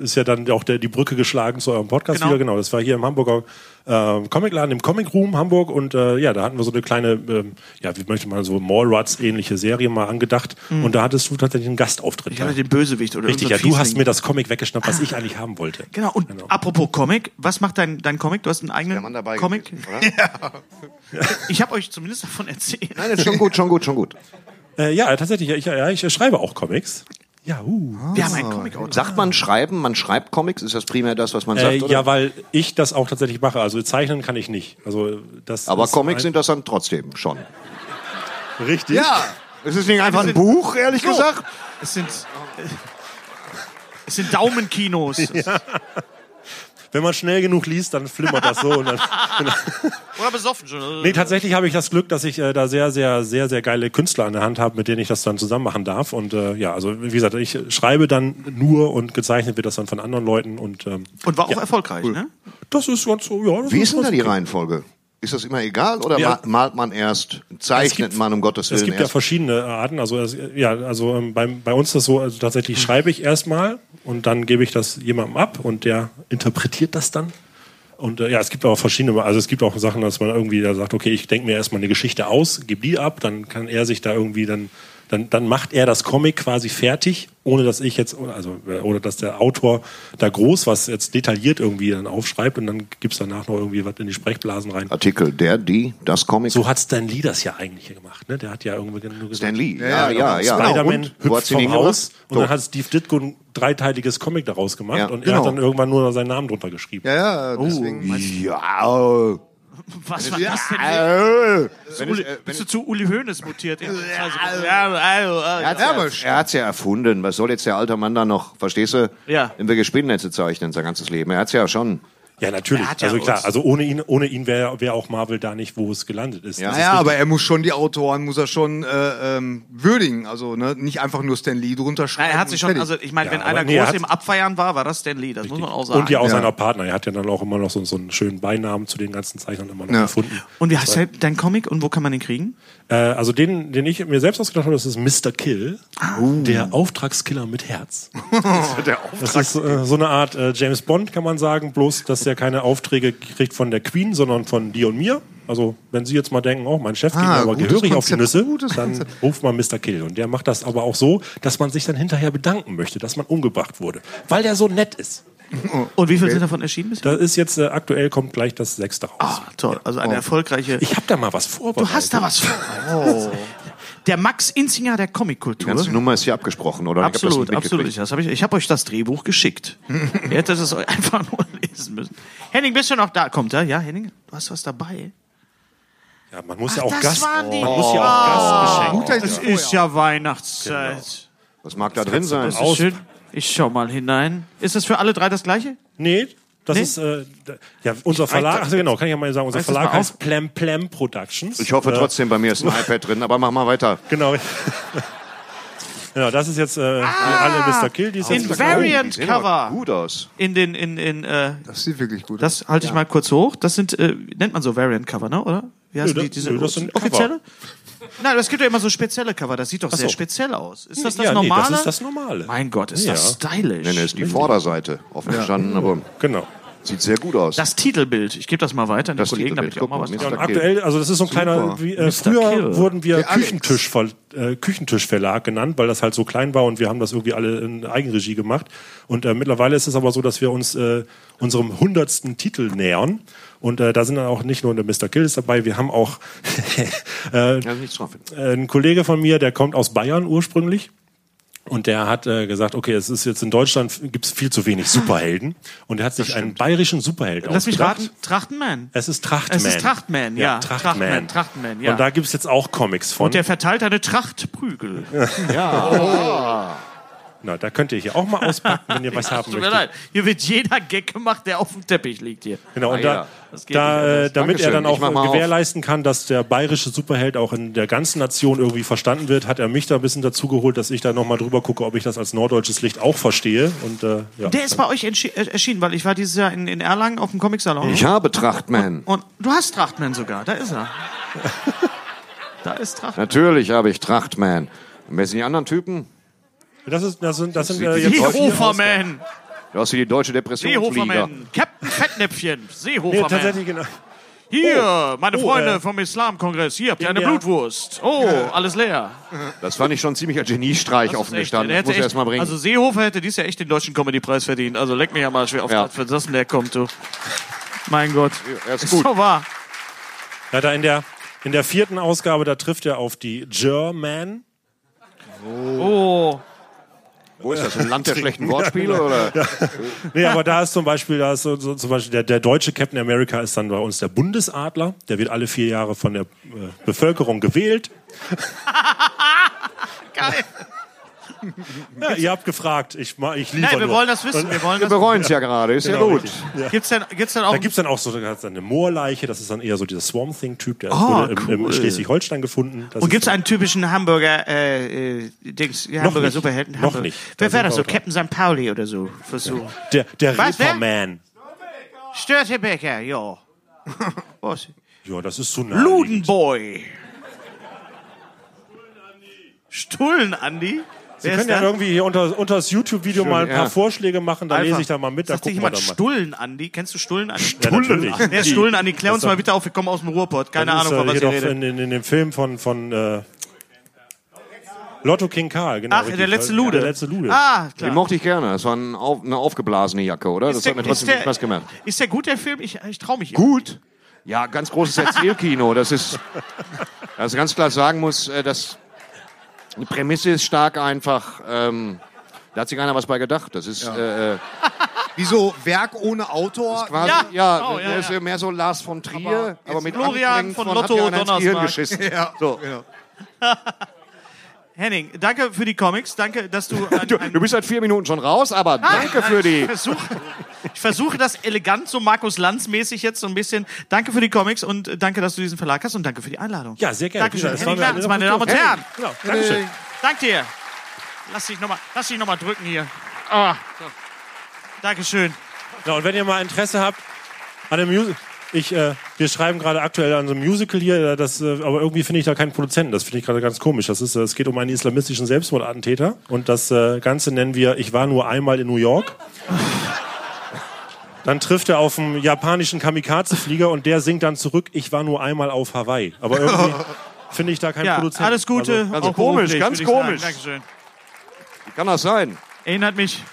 ist ja dann auch der, die Brücke geschlagen zu eurem Podcast
Genau.
wieder. Genau, das war hier im Hamburger äh, Comicladen, im Comic Room Hamburg. Und äh, ja, da hatten wir so eine kleine, ähm, ja, wie möchte man so Mallrats-ähnliche Serie mal angedacht. Und da hattest du tatsächlich einen Gastauftritt.
Mhm. Ich
da.
hatte den Bösewicht oder
Richtig, ja,
irgendeinen
du hast
Fiesling.
mir das Comic weggeschnappt, was ich eigentlich haben wollte.
Genau, und apropos Comic, was macht dein, dein Comic? Du hast einen eigenen
Der Mann dabei
Comic?
gewesen, oder?
Ich habe euch zumindest davon erzählt.
Nein, ist schon gut, schon gut, schon gut.
Äh, ja, tatsächlich, ja, ich, ja, ich schreibe auch Comics. Ja, uh.
Wir haben einen comic -Autor.
Sagt man schreiben, man schreibt Comics? Ist das primär das, was man sagt?
Äh,
oder?
ja, weil ich das auch tatsächlich mache. Also zeichnen kann ich nicht. Also das.
Aber
ist
Comics
ein-
sind das dann trotzdem schon.
richtig.
Es ist nicht einfach
sind-
ein Buch, ehrlich
So.
gesagt.
Es sind, es sind Daumenkinos.
Wenn man schnell genug liest, dann flimmert das so. Und dann,
Oder besoffen schon.
also-
nee, tatsächlich habe ich das Glück, dass ich äh, da sehr, sehr, sehr, sehr geile Künstler an der Hand habe, mit denen ich das dann zusammen machen darf. Und äh, ja, also wie gesagt, ich schreibe dann nur und gezeichnet wird das dann von anderen Leuten. Und ähm,
Und war auch erfolgreich, ne?
das ist ganz so. Ja, das
Wie ist denn
ganz
da die
okay.
Reihenfolge? Ist das immer egal oder
Ja.
ma- malt man erst,
Es
zeichnet
gibt-
man um Gottes Willen
Es gibt ja
erst?
verschiedene Arten. Also es, ja, also ähm, beim, bei uns ist das so, also tatsächlich schreibe ich erstmal und dann gebe ich das jemandem ab und der interpretiert das dann. Und äh, ja, es gibt aber verschiedene, also es gibt auch Sachen, dass man irgendwie da sagt, okay, ich denke mir erstmal eine Geschichte aus, gebe die ab, dann kann er sich da irgendwie dann, dann, dann macht er das Comic quasi fertig, ohne dass ich jetzt, also äh, oder dass der Autor da groß was jetzt detailliert irgendwie dann aufschreibt und dann gibt es danach noch irgendwie was in die Sprechblasen rein.
Artikel, der, die, das Comic.
So hat Stan Lee das ja eigentlich gemacht, ne? Der hat ja irgendwie nur gesagt,
Stan Lee. Ja, ja, ja.
Spider-Man
Und? Wo
hüpft
hat's ihn
vom
hingemacht?
Haus und
So.
dann hat Steve Ditko ein dreiteiliges Comic daraus gemacht
Ja,
und er
genau.
hat dann irgendwann nur noch seinen Namen drunter geschrieben.
ja, ja, deswegen.
Ja.
Was war das denn?
Äh. Wenn
Uli,
ich, äh, wenn
bist du zu Uli Hoeneß mutiert? Ja, also, ja, also, also.
Er hat's, ja, er hat's ja erfunden. Was soll jetzt der alte Mann da noch, verstehst du?
Ja.
Wenn wir Gespinnennetze zeichnen, sein ganzes Leben. Er hat's ja schon.
Ja, natürlich.
Er hat ja
also klar,
uns-
also ohne ihn, ohne ihn wäre wär auch Marvel da nicht, wo es gelandet ist.
Ja.
Das ist
Naja,
richtig.
aber er muss schon die Autoren, muss er schon äh, ähm, würdigen. Also ne, nicht einfach nur Stan Lee drunter schreiben.
Nein, er hat sich
und
schon,
fertig.
also ich
Ja,
meine, wenn
aber
einer
nee, er
groß
hat-
im Abfeiern war, war das Stan Lee. Das muss man auch sagen.
und ja auch
Ja.
seiner Partner. Er hat ja dann auch immer noch so, so einen schönen Beinamen zu den ganzen Zeichnern immer noch
Ja.
gefunden.
Und wie heißt der- dein Comic und wo kann man den kriegen?
Äh, also den, den ich mir selbst ausgedacht habe, das ist Mr. Kill,
Ah.
der Auftragskiller mit Herz.
also-
Das ist äh, so eine Art äh, James Bond, kann man sagen, bloß, dass er keine Aufträge kriegt von der Queen, sondern von dir und mir. Also, wenn Sie jetzt mal denken, oh, mein Chef geht mir
Ah,
aber
gutes
gehörig auf die
Konzept,
Nüsse,
gutes
dann ruft man Mr. Kill. Und der macht das aber auch so, dass man sich dann hinterher bedanken möchte, dass man umgebracht wurde. Weil der so nett ist.
Und wie viele sind davon erschienen bisher?
Da ist jetzt, äh, aktuell kommt gleich das Sechste raus.
Oh. Ah, toll. Also eine erfolgreiche. Oh.
Ich habe da mal was vorbereitet.
Du hast da was vor. der Max Inzinger der
Die ganze
Comickultur.
Nummer ist hier abgesprochen, oder?
Absolut,
ich hab das nicht
absolut.
mitgekriegt.
Das hab ich ich habe euch das Drehbuch geschickt. Ihr hättet es euch einfach nur lesen müssen. Henning, bist du noch da? Kommt er? Ja, Henning, du hast was dabei.
Ja, man muss
Ach,
ja auch
das Oh.
Gast,
waren die-
man muss ja auch Gastgeschenke.
Guter
Es ist ja Weihnachtszeit.
Was mag da drin sein?
Das Oh, ist schön. Genau. Ich schau mal hinein. Ist das für alle drei das gleiche?
Nee, das
Nee?
ist äh, d- ja unser Verlag. Ach, so, genau, kann ich ja mal sagen, unser
Reiß das
Verlag
mal auf.
heißt Plem Plem Productions. Äh,
Ich hoffe trotzdem, bei mir ist ein iPad drin, aber mach mal weiter.
Genau. genau, das ist jetzt äh, die alle Mr. Kill, die ist jetzt
Ah! in
verkauft.
Die
Variant
sehen aber
Cover.
gut aus.
In den, in, in, äh,
Das sieht wirklich gut aus.
das halte ich mal kurz hoch. Das sind, äh, nennt man so Variant Cover, ne, oder? Wie heißen
Nö,
die,
das-
diese
nö, das sind
offizielle? Nein, das gibt ja immer so spezielle Cover. Das sieht doch sehr
so.
speziell aus. Ist das das
ja, nee,
normale?
das ist das Normale.
Mein Gott, ist das stylisch.
Nee, nee, ist die Vorderseite offen gestanden, aber
Genau.
sieht sehr gut aus.
Das Titelbild. Ich gebe das mal weiter an die
Das
Kollegen, damit ich auch
Titelbild.
mal was
Guck
Ja,
mal,
und
Okay.
aktuell, also das ist so ein kleiner,
Super.
wie, äh,
Mr.
früher
Kill.
wurden wir
Der Alex.
Küchentisch, äh, Küchentischverlag genannt, weil das halt so klein war und wir haben das irgendwie alle in Eigenregie gemacht. Und äh, mittlerweile ist es aber so, dass wir uns äh, unserem hundertsten Titel nähern. Und äh, da sind dann auch nicht nur der Mr. Kill ist dabei, wir haben auch äh,
Ja, nichts drauf.
äh, ein Kollege von mir, der kommt aus Bayern ursprünglich. Und der hat äh, gesagt, okay, es ist jetzt in Deutschland gibt es viel zu wenig Superhelden. Und er hat sich einen bayerischen Superheld
Lass mich
ausgedacht.
raten, Trachtenman.
Es ist Trachtman.
Es ist Trachtman, ja. Trachtman, Trachtman, ja.
Und da gibt's jetzt auch Comics von.
Und der verteilt eine Trachtprügel. Oh,
Na, da könnt ihr hier auch mal auspacken, wenn ihr was haben
Tut mir
möchtet.
leid. Hier wird jeder Gag gemacht, der auf dem Teppich liegt hier.
Genau, und da,
Ah, Das geht nicht
da, äh,
anders.
damit er
Dankeschön,
dann
ich
auch
mach mal auf.
gewährleisten kann, dass der bayerische Superheld auch in der ganzen Nation irgendwie verstanden wird, hat er mich da ein bisschen dazu geholt, dass ich da nochmal drüber gucke, ob ich das als norddeutsches Licht auch verstehe. Und, äh, ja.
Der ist bei euch entschi- äh, erschienen, weil ich war dieses Jahr in, in Erlangen auf dem Comicsalon.
Ich habe Trachtman.
Und du hast Trachtman sogar, da ist er. da ist Trachtman.
Natürlich habe ich Trachtman. Und wer sind die anderen Typen?
Das, ist, das sind, das sind
Sieht
äh,
die
jetzt
Deutschen
Seehoferman,
Du hast hier die deutsche Depressionsliga.
Seehoferman, Captain Fettnäpfchen,
Nee,
Seehoferman.
tatsächlich, genau.
hier, meine
Oh,
Freunde
äh,
vom Islamkongress, hier habt ihr
in
eine
der-
Blutwurst. Oh, alles leer.
Das fand ich schon ein ziemlicher Geniestreich
Das ist
auf dem
echt,
Stand.
der
Das
hätte
muss ich
echt-
erst mal bringen.
Also Seehofer hätte dies ja echt den deutschen Comedy-Preis verdient. Also leck mich ja mal schwer auf
Ja.
das, wenn das denn der kommt, du. Mein Gott.
Ja, ist gut.
So wahr.
Ja, da in der, in der vierten Ausgabe, da trifft er auf die German.
Oh.
Wo ist das? Ein Land der schlechten Wortspiele? Oder?
Nee, aber da ist zum Beispiel, da ist so, so, zum Beispiel der, der deutsche Captain America ist dann bei uns der Bundesadler. Der wird alle vier Jahre von der äh, Bevölkerung gewählt.
Geil.
Ja, ihr habt gefragt, ich, ma- ich liefere
Nein, wir
nur.
wollen das wissen. Wir wollen das
Wir bereuen es ja gerade, ist
Genau,
ja gut.
richtig.
Gibt's denn, gibt's denn auch
Da gibt's dann auch so da hat's eine Moorleiche, das ist dann eher so dieser Swamp Thing-Typ, der wurde im,
Ah, cool.
im Schleswig-Holstein gefunden. Das
und
ist
gibt's
dann-
einen typischen Hamburger äh, äh, Dings, Hamburger
nicht.
Superhelden?
Noch
Hamburg.
nicht. Da
Wer
sind
wäre das
wir
so?
dran.
Captain St. Pauli oder so? Versuch.
der, der
Was, wer?
Reeperman.
Störtebecker, ja. Was?
Ja, das ist so nah.
Ludenboy. Stullen, Andi?
Wir können ja irgendwie hier unter, unter das YouTube-Video mal ein paar
ja.
Vorschläge machen, da lese ich da mal mit, da
Sagt dir
gucken wir
jemand
da mal.
Stullen, Andi? Kennst du Stullen, Andi?
Ja, natürlich.
Wer ist Stullen, Andi? Klär uns mal bitte auf, wir kommen aus dem Ruhrpott. Keine
Das
Ahnung, von
ist,
was
äh,
ihr
hier doch
redet.
in, in, in dem Film von, von äh, Lotto King Karl, genau.
Ach,
richtig.
der letzte Lude.
Der letzte Lude.
Ah,
Die
klar.
mochte ich gerne. Das war ein auf, eine aufgeblasene Jacke, oder? Das
der-
hat mir
ist
trotzdem
der-
viel Spaß gemacht.
Ist der gut, der Film? Ich, ich trau mich.
Gut. Ja, ganz großes Erzählkino. Das ist, dass ich ganz klar sagen muss, äh, dass die Prämisse ist stark einfach. Ähm, da hat sich keiner was bei gedacht. Das ist äh, äh,
Wieso Werk ohne Autor?
quasi,
Ja,
ja,
genau, ja,
das ist
ja.
mehr so Lars von Trier, aber,
jetzt
mit
Florian
Anklängen
von
hat
Lotto
dir einer ins Gehirn
Donnersmarck.
geschissen.
Ja,
So.
genau.
Henning, danke für die Comics. Danke, dass du. Ein,
Du,
ein-
du bist seit vier Minuten schon raus, aber danke für die.
Versuch, ich versuche das elegant, so Markus Lanz-mäßig jetzt so ein bisschen. Danke für die Comics und äh, danke, dass du diesen Verlag hast und danke für die Einladung.
Ja, sehr gerne.
Dankeschön,
Das war
Henning
mir-
Lanz, meine Damen und Herren.
Genau, Dankeschön.
Dank dir. Lass dich nochmal noch mal drücken hier. Ah, so. Dankeschön.
Ja, und wenn ihr mal Interesse habt an einem Musical, ich, äh, wir schreiben gerade aktuell an so einem Musical hier, äh, das, äh, aber irgendwie finde ich da keinen Produzenten. Das finde ich gerade ganz komisch. Das ist, äh, es geht um einen islamistischen Selbstmordattentäter und das äh, Ganze nennen wir "Ich war nur einmal in New York". Dann trifft er auf einen japanischen Kamikaze-Flieger und der singt dann zurück "Ich war nur einmal auf Hawaii". Aber irgendwie finde ich da keinen
Ja,
Produzenten.
alles Gute.
Also,
also
auch
komisch,
beruflich,
ganz
würde ich sagen.
komisch.
Dankeschön.
Wie kann das sein?
Erinnert mich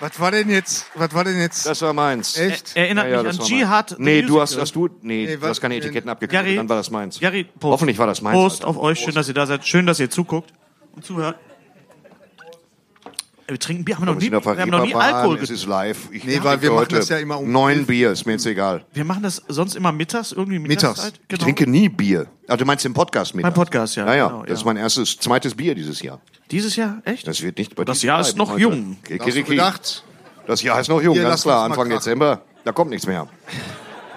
Was war denn jetzt? Was war denn jetzt?
Das war meins.
Echt?
Er- erinnert mich
das
an
war
Jihad,
meins.
the
Nee, du
Musical.
hast, hast du, nee,
Nee,
du hast keine
was-
Etiketten abgekriegt,
Jari,
dann war das meins.
Jari, Prost.
Hoffentlich war das meins.
Prost
Alter.
auf euch, schön, dass ihr da seid, schön, dass ihr zuguckt und zuhört. Äh, Wir trinken Bier, haben wir noch
Wir
nie,
sind auf der
wir haben noch nie
Reeperbahn,
Alkohol
Es
getrunken.
ist live. Ich
Nee, weil wir
trinke
machen das ja immer um
Neun Bier, ist mir jetzt egal.
Wir machen das sonst immer mittags, Genau. irgendwie
Mittags.
Mittagszeit.
Ich trinke nie Bier. Ah, du meinst den Podcast mit?
halt Mein Podcast, ja,
Naja,
genau,
das ist
ja.
mein erstes, zweites Bier dieses Jahr.
Dieses Jahr, echt?
Das wird nicht bei
Das
diesem
Jahr ist
bleiben,
noch
Leute.
jung.
Kikiriki.
Hast du gedacht?
Das Jahr ist noch jung,
Hier,
ganz
lass
klar.
uns mal
Anfang
krachen.
Dezember, da kommt nichts mehr.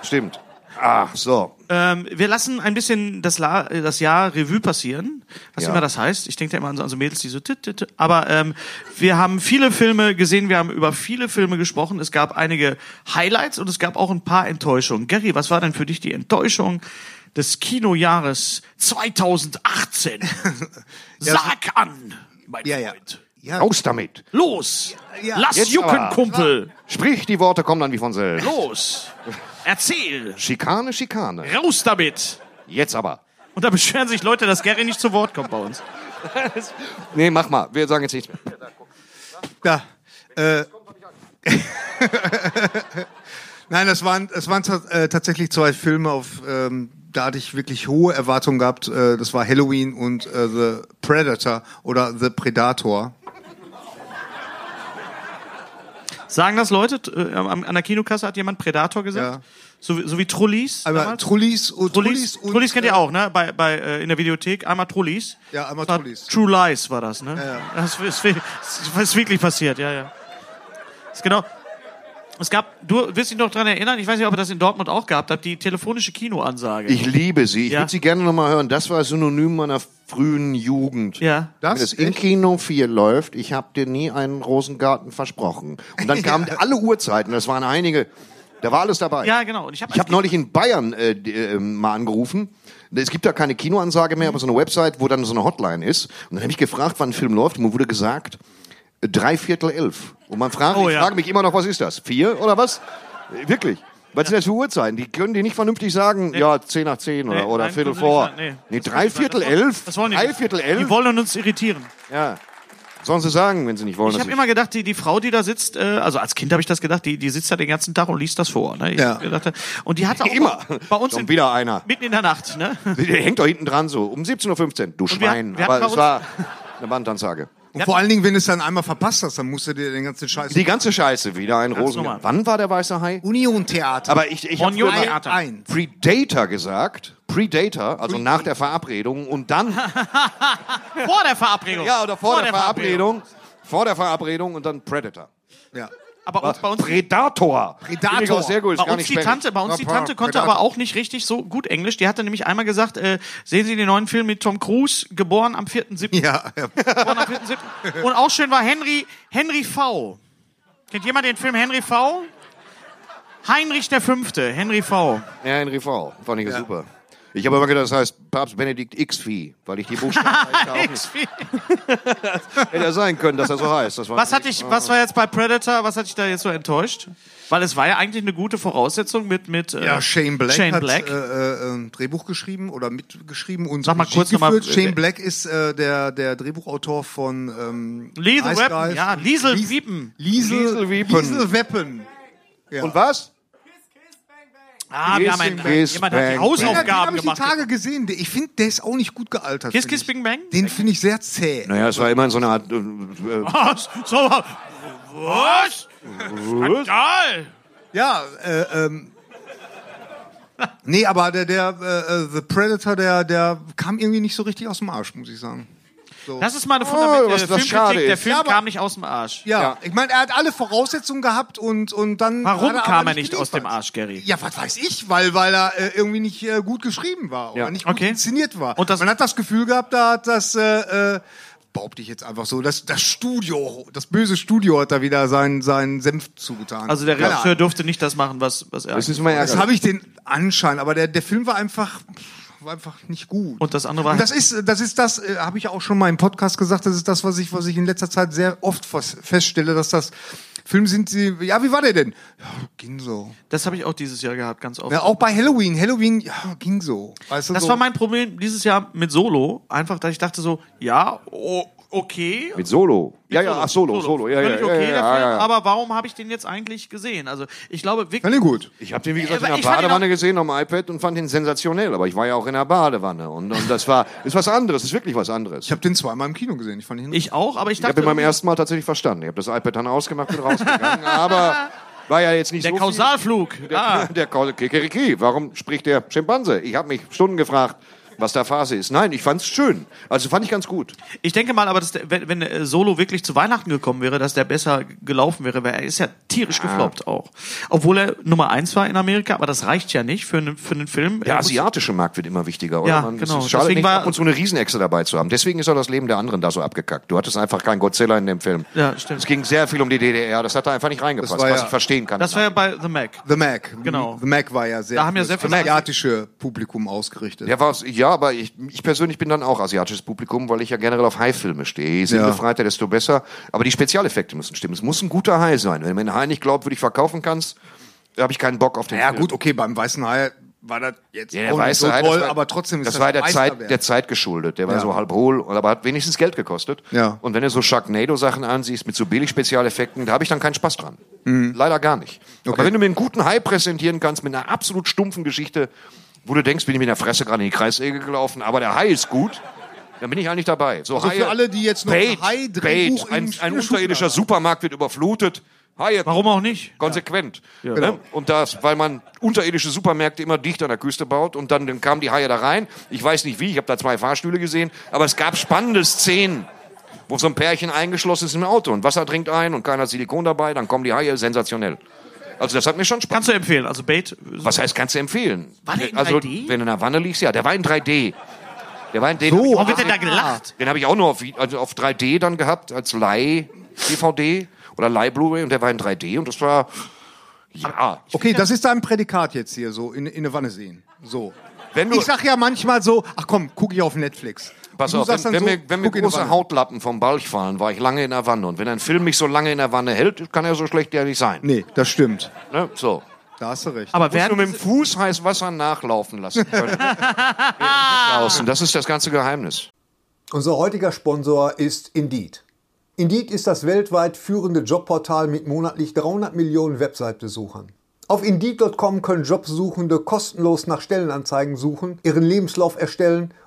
Stimmt. Ah, so.
Ähm, wir lassen ein bisschen das, La äh, das Jahr Revue passieren, was
Ja.
immer das heißt. Ich denke da immer an so, an so Mädels, die so tit, tit, tit. aber ähm, wir haben viele Filme gesehen, wir haben über viele Filme gesprochen. Es gab einige Highlights und es gab auch ein paar Enttäuschungen. Gary, was war denn für dich die Enttäuschung des Kinojahres 2018? Sag an, mein
Ja, ja.
Freund.
Ja,
Raus damit.
Los!
Ja.
Lass
Jetzt
jucken,
aber.
Kumpel!
Sprich, die Worte kommen dann wie von selbst.
Los! Erzähl!
Schikane, Schikane.
Raus damit!
Jetzt aber.
Und da beschweren sich Leute, dass Gary nicht zu Wort kommt bei uns.
Nee, mach mal. Wir sagen jetzt nichts mehr.
da. Äh, Nein, das waren, das waren ta- äh, tatsächlich zwei Filme, auf ähm, da hatte ich wirklich hohe Erwartungen gehabt. Äh, das war Halloween und äh, The Predator oder The Predator.
Sagen das Leute? T- äh, am- An der Kinokasse hat jemand Predator gesagt?
Ja.
So, wie- so wie Trullis?
Aber
damals?
Trullis, oh,
Trullis,
und,
Trullis kennt
äh,
ihr auch, ne? Bei, bei, äh, in der Videothek. Einmal Trullis.
Ja, einmal
Das war
Trullis.
True Lies war das, ne? Das ist, wi- das ist wirklich passiert, ja, ja. Das ist genau. Es gab, du wirst dich noch dran erinnern, ich weiß nicht, ob ihr das in Dortmund auch gehabt habt, die telefonische Kinoansage.
Ich liebe sie. Ich
Ja.
würde sie gerne nochmal hören. Das war Synonym meiner frühen Jugend.
ja.
Wenn es im Kino 4 läuft, ich habe dir nie einen Rosengarten versprochen. Und dann kamen alle Uhrzeiten, das waren einige, da war alles dabei.
Ja, genau. Und ich habe
Ich habe neulich in Bayern äh, die, äh, mal angerufen. Es gibt da keine Kinoansage mehr, aber so eine Website, wo dann so eine Hotline ist. Und dann habe ich gefragt, wann ein Film läuft. Und mir wurde gesagt, äh, drei Viertel elf. Und man fragt,
Oh,
ich
ja.
frage mich immer noch, was ist das? Vier oder was? Äh, Wirklich. Was sind das für Uhrzeiten? Die können die nicht vernünftig sagen, ja, zehn nach zehn oder,
Nee,
oder
nein,
Viertel
können sie nicht
vor.
sagen,
Nee,
nee.
drei Viertel
Das wollen-
elf.
Das wollen die
drei
nicht.
Viertel elf.
Die wollen uns irritieren.
Ja. Sollen sie sagen, wenn sie nicht wollen.
Ich
dass
habe immer gedacht, die, die Frau, die da sitzt, äh, also als Kind habe ich das gedacht, die, die sitzt da den ganzen Tag und liest das vor. Ne? Ich
Ja.
gedacht, und die hatte auch
Immer.
bei uns
Kommt
in,
wieder einer.
mitten in der Nacht. Ne?
Der hängt doch hinten dran so. Um 17.15 Uhr. Du
wir
Schwein.
hatten- wir hatten
Aber
bei
es
uns-
war eine Bandansage.
äh, Und vor allen Dingen, wenn du es dann einmal verpasst hast, dann musst du dir den ganzen Scheiß.
Die ganze Scheiße. Wieder ein Rosen.
normal.
Wann war der weiße Hai?
Union Theater.
Aber ich, ich habe
Union
immer
Theater.
ein.
Predator gesagt. Predator, also nach der Verabredung. Und dann,
Vor der Verabredung.
ja, oder vor, der, Verabredung. Vor der Verabredung und dann Predator.
Ja.
Aber uns, bei uns,
Predator.
Predator.
Finde ich Auch sehr gut. Ist
bei
gar
uns
nicht
die
schlecht.
Tante, bei uns die Tante konnte aber auch nicht richtig so gut Englisch. Die hatte nämlich einmal gesagt, äh, sehen Sie den neuen Film mit Tom Cruise, geboren am 4.7.
Ja, ja.
Geboren am 4.7.. Und auch schön war Henry, Henry V. Kennt jemand den Film Henry V? Heinrich der Fünfte, Henry V.
Ja, Henry V. Fand ich super. Ich habe immer gedacht, das heißt Papst Benedikt X-Vieh, weil ich die Buchstaben auch nicht. Hätte ja sein können, dass er so heißt. Das war
Was hatte ich, was war jetzt bei Predator, was hatte ich da jetzt so enttäuscht? Weil es war ja eigentlich eine gute Voraussetzung mit, mit, äh,
Ja, Shane Black
Shane
hat
Black.
Äh, äh, ein Drehbuch geschrieben oder mitgeschrieben und
Sag mal
Regie
kurz noch mal,
geführt.
äh,
Shane
wer-
Black ist äh, der, der Drehbuchautor von ähm,
Lethal
Nice
Weapon,
Guys.
ja, Liesel
Lies-
Weapon.
Liesel,
Liesel
Liesel
Weapon.
Weapon. Liesel Weapon.
Und was?
ah, wir haben einen,
Kiss,
jemand hat die
Bang,
Den
Hausaufgaben
habe ich die
gemacht.
Tage gesehen. Ich finde, der ist auch nicht gut gealtert.
Kiss,
finde
Kiss,
ich.
Bing, Bang?
Den finde ich sehr zäh.
Naja, es war immer so eine Art. äh, Äh,
Was? So, was? Skandal!
Ja, äh, ähm. Nee, aber der, der äh, äh, The Predator, der, der kam irgendwie nicht so richtig aus dem Arsch, muss ich sagen.
Das ist mal eine Fundament
Oh, was-
äh,
was schade
Filmkritik. Der
ist.
Film
Ja, aber-
kam nicht aus dem Arsch.
Ja, ich meine, er hat alle Voraussetzungen gehabt und, und dann. hat
Warum
aber
kam er nicht aus dem
geliefert.
Arsch, Gary?
Ja, was weiß ich, weil, weil er äh, irgendwie nicht äh, gut geschrieben war oder
Ja.
nicht gut
Okay.
inszeniert war.
Und das-
Man hat das Gefühl gehabt, da hat das, äh, äh, behaupte ich jetzt einfach so, das, das Studio, das böse Studio hat da wieder seinen, seinen Senf zugetan.
Also der
Keine
Regisseur
Ahnung.
durfte nicht das machen, was, was er.
das ist immer
Das
ärgerlich.
habe ich den Anschein, aber der, der Film war einfach, pff, war einfach nicht gut.
Und das andere war-
Und das ist, das ist das, äh, habe ich auch schon mal im Podcast gesagt, das ist das, was ich, was ich in letzter Zeit sehr oft fas- feststelle, dass das Filme sind, die, ja, wie war der denn? Ja, ging so.
Das habe ich auch dieses Jahr gehabt, ganz oft.
Ja, auch bei Halloween. Halloween, ja, ging so. Weißt du,
Das
so.
war mein Problem dieses Jahr mit Solo. Einfach, dass ich dachte so, ja, oh, okay.
Mit Solo. ja, ja,
Solo,
ach Solo, Solo. Ja, ja,
Völlig
ja,
okay,
ja,
der
ja,
Film,
ja.
aber warum habe ich den jetzt eigentlich gesehen? Also, ich glaube
Fand
wirklich.
ich gut.
Ich habe den, wie gesagt,
Aber
in
ich
der
fand ihn
Badewanne
auch-
gesehen am iPad und fand ihn sensationell. Aber ich war ja auch in der Badewanne. Und, und das war, ist was anderes, ist wirklich was anderes.
Ich habe den zweimal im Kino gesehen. Ich fand ihn.
Ich auch, aber ich
Ich
dachte.
habe ihn beim ersten Mal tatsächlich verstanden. Ich habe das iPad dann ausgemacht und rausgegangen. aber war ja jetzt nicht
der
so viel.
Kausalflug. Ah.
Der, der Kausal Kikeriki. Warum spricht der Schimpanse? Ich habe mich Stunden gefragt, was da Phase ist. Nein, ich fand's schön. Also fand ich ganz gut.
Ich denke mal, aber dass der, wenn, wenn äh, Solo wirklich zu Weihnachten gekommen wäre, dass der besser gelaufen wäre, weil er ist ja tierisch
Ah.
gefloppt auch. Obwohl er Nummer eins war in Amerika, aber das reicht ja nicht für einen, für einen Film.
Der
Er Äh, muss-
asiatische Markt wird immer wichtiger, oder?
Ja,
Man- es
genau.
Ist schade,
Deswegen
nicht
war-
ab und zu eine Riesenechse dabei zu haben. Deswegen ist auch das Leben der anderen da so abgekackt. Du hattest einfach keinen Godzilla in dem Film.
Ja, stimmt.
Es ging sehr viel um die DDR. Das hat da einfach nicht reingepasst,
Das war
was
ja-
ich verstehen kann.
Das war ja bei The Mac.
The Mac.
Genau.
The Mac war ja sehr.
Da haben ja
auf
sehr
das
viele-
asiatische Publikum ausgerichtet.
ja, war's, ja, aber ich, ich persönlich bin dann auch asiatisches Publikum, weil ich ja generell auf Hai-Filme stehe. Je
Ja.
sinnbefreiter, desto besser. Aber die Spezialeffekte müssen stimmen. Es muss ein guter Hai sein. Wenn man einen Hai nicht glaubwürdig verkaufen kannst, habe ich keinen Bock auf den
Ja,
Film.
gut, okay, beim Weißen Hai war das jetzt auch
Ja, der
nicht
weiße
so
Hai,
toll,
das war,
aber trotzdem ist
das war der Zeit,
Meisterwerk.
der Zeit geschuldet. Der war
Ja.
so halb hohl, und aber hat wenigstens Geld gekostet.
Ja.
Und wenn du so Sharknado-Sachen ansiehst mit so Billig-Spezialeffekten, da habe ich dann keinen Spaß dran.
Mhm.
Leider gar nicht. Aber wenn du mir einen guten Hai präsentieren kannst mit einer absolut stumpfen Geschichte, wo du denkst, bin ich mit der Fresse gerade in die Kreissäge gelaufen, aber der Hai ist gut, dann bin ich eigentlich dabei. So
Also
Haie,
für alle, die jetzt noch
Bait,
ein Hai-Drehbuch
Bait,
im
ein, ein
Schulschrank
unterirdischer Supermarkt wird überflutet. Haie
Warum auch nicht?
konsequent. Ne?
Genau.
Und das, weil man unterirdische Supermärkte immer dicht an der Küste baut und dann, dann kamen die Haie da rein. Ich weiß nicht wie, ich habe da zwei Fahrstühle gesehen, aber es gab spannende Szenen, wo so ein Pärchen eingeschlossen ist im Auto und Wasser trinkt ein und keiner hat Silikon dabei, dann kommen die Haie, sensationell. Also das hat mir schon Spaß.
Kannst du empfehlen. Also Bait.
Was heißt, kannst du empfehlen?
War der in
also,
3D?
wenn du in der Wanne liegst, ja, der war in 3D. Der war in den hab ich
Warum
auch
wird denn da
gesehen.
gelacht?
Den habe ich auch nur auf, also auf 3D dann gehabt, als Leih-DVD oder Leih-Blu-ray und der war in 3D und das war, ja.
Okay, das ist dein Prädikat jetzt hier, so in, in eine Wanne sehen. So.
Wenn du-
ich sag ja manchmal so, ach komm, guck ich auf Netflix.
Pass
Du
auf, wenn,
sagst
wenn,
dann so,
mir, wenn mir
guck in eine
große
Wanne.
Hautlappen vom Balch fallen, war ich lange in der Wanne. Und wenn ein Film mich so lange in der Wanne hält, kann er so schlecht ja nicht sein.
Nee, das stimmt.
Ne? So.
Da hast du recht.
Aber
Musst du
werden
mit dem Fuß heiß Wasser nachlaufen lassen können. Draußen. das ist das ganze Geheimnis.
Unser heutiger Sponsor ist Indeed. Indeed ist das weltweit führende Jobportal mit monatlich 300 Millionen Website-Besuchern. Auf Indeed.com können Jobsuchende kostenlos nach Stellenanzeigen suchen, ihren Lebenslauf erstellen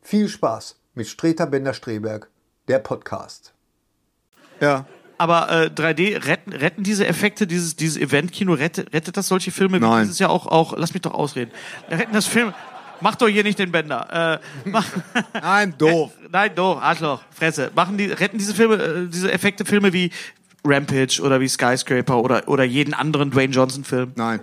viel Spaß mit Streter Bender-Streberg, der Podcast.
ja.
Aber äh, 3D retten, retten diese Effekte, dieses, dieses Event-Kino, rettet, rettet das solche Filme wie
Nein.
dieses Jahr auch, auch, lass mich doch ausreden. Retten das Film. Mach doch hier nicht den Bänder. Äh, mach,
Nein, doof.
Nein, doof, Arschloch, Fresse. Machen die, retten diese Filme, äh, diese Effekte Filme wie Rampage oder wie Skyscraper oder, oder jeden anderen Dwayne Johnson-Film.
Nein.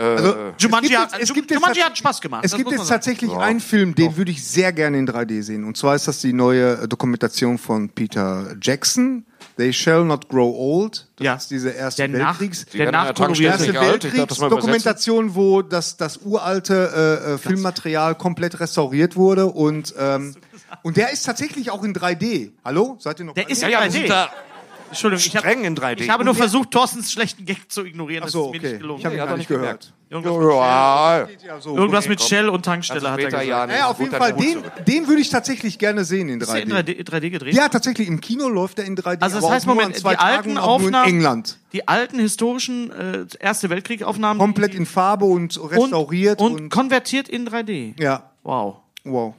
Also,
Äh, Jumanji
es gibt
hat-
jetzt, es
Jum-
gibt jetzt
Jumanji
tats-
hat Spaß gemacht,
Es
das
gibt
muss man
jetzt
sagen.
tatsächlich einen Film, den würde ich sehr gerne in 3D sehen. Und zwar ist das die neue äh, Dokumentation von Peter Jackson. They shall not grow old. Das
Ja.
ist diese erste
Der nach,
Weltkriegs.
werden
der
an der
nachkolorierte
Tankstelle
Erste
nicht alt, ich darf das mal
Weltkriegsdokumentation, wo das, das uralte äh, äh, Filmmaterial komplett restauriert wurde und ähm, und der ist tatsächlich auch in 3D. Hallo, seid ihr noch?
Der
bei
ist
mir?
ja,
Ja, wir
3D.
sind da
Entschuldigung, ich
streng
habe
in 3D.
ich habe nur versucht, Thorstens schlechten Gag zu ignorieren. Das
Ach so,
ist mir
okay.
nicht gelungen.
Ich habe ihn
Ja, hat
gar
er
nicht
nicht
gehört.
ja,
Ja, so,
Irgendwas
okay.
mit Shell und
das
Tankstelle
ist
hat er
später
gesagt.
ja
Ja,
nicht.
Naja, auf
Gut,
jeden
dann
Fall,
gut
den,
zurück.
den würde ich tatsächlich gerne sehen in
Ist der in
3D.
3D, 3D gedreht?
Ja, tatsächlich, im Kino läuft er in 3D.
Also das
aber
heißt,
auch nur
Moment,
an
die
zwei Tagen,
alten
auch nur in
Aufnahmen,
England.
die alten historischen äh, Erste Weltkrieg-Aufnahmen.
Komplett
die-
in Farbe und
und,
restauriert.
und, konvertiert in 3D.
ja,
Wow.
wow.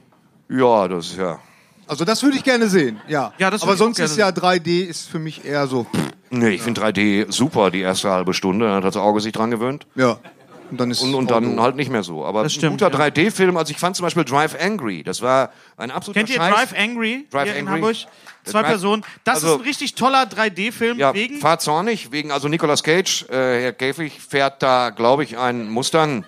Ja, das ist ja.
Also das würde ich gerne sehen, ja.
Ja, das
Aber
würde ich auch
sonst ist ja 3D ist für mich eher so, pff,
Nee, ich finde 3D super, die erste halbe Stunde. Dann hat das Auge sich dran gewöhnt.
ja. Und dann ist
Und, und dann halt nicht mehr so. Aber
Oh, Das stimmt,
ein guter
ja.
3D-Film, also ich fand zum Beispiel Drive Angry. Das war ein absoluter
Kennt ihr
Scheiß.
Drive Angry
Drive
hier in
Angry.
Hamburg?
Der
Zwei
Drive-
Personen. Das
also-
ist ein richtig toller 3D-Film
Ja,
wegen.
fahrt zornig, wegen, also Nicolas Cage, äh, Herr Käfig, fährt da, glaube ich, einen Mustang,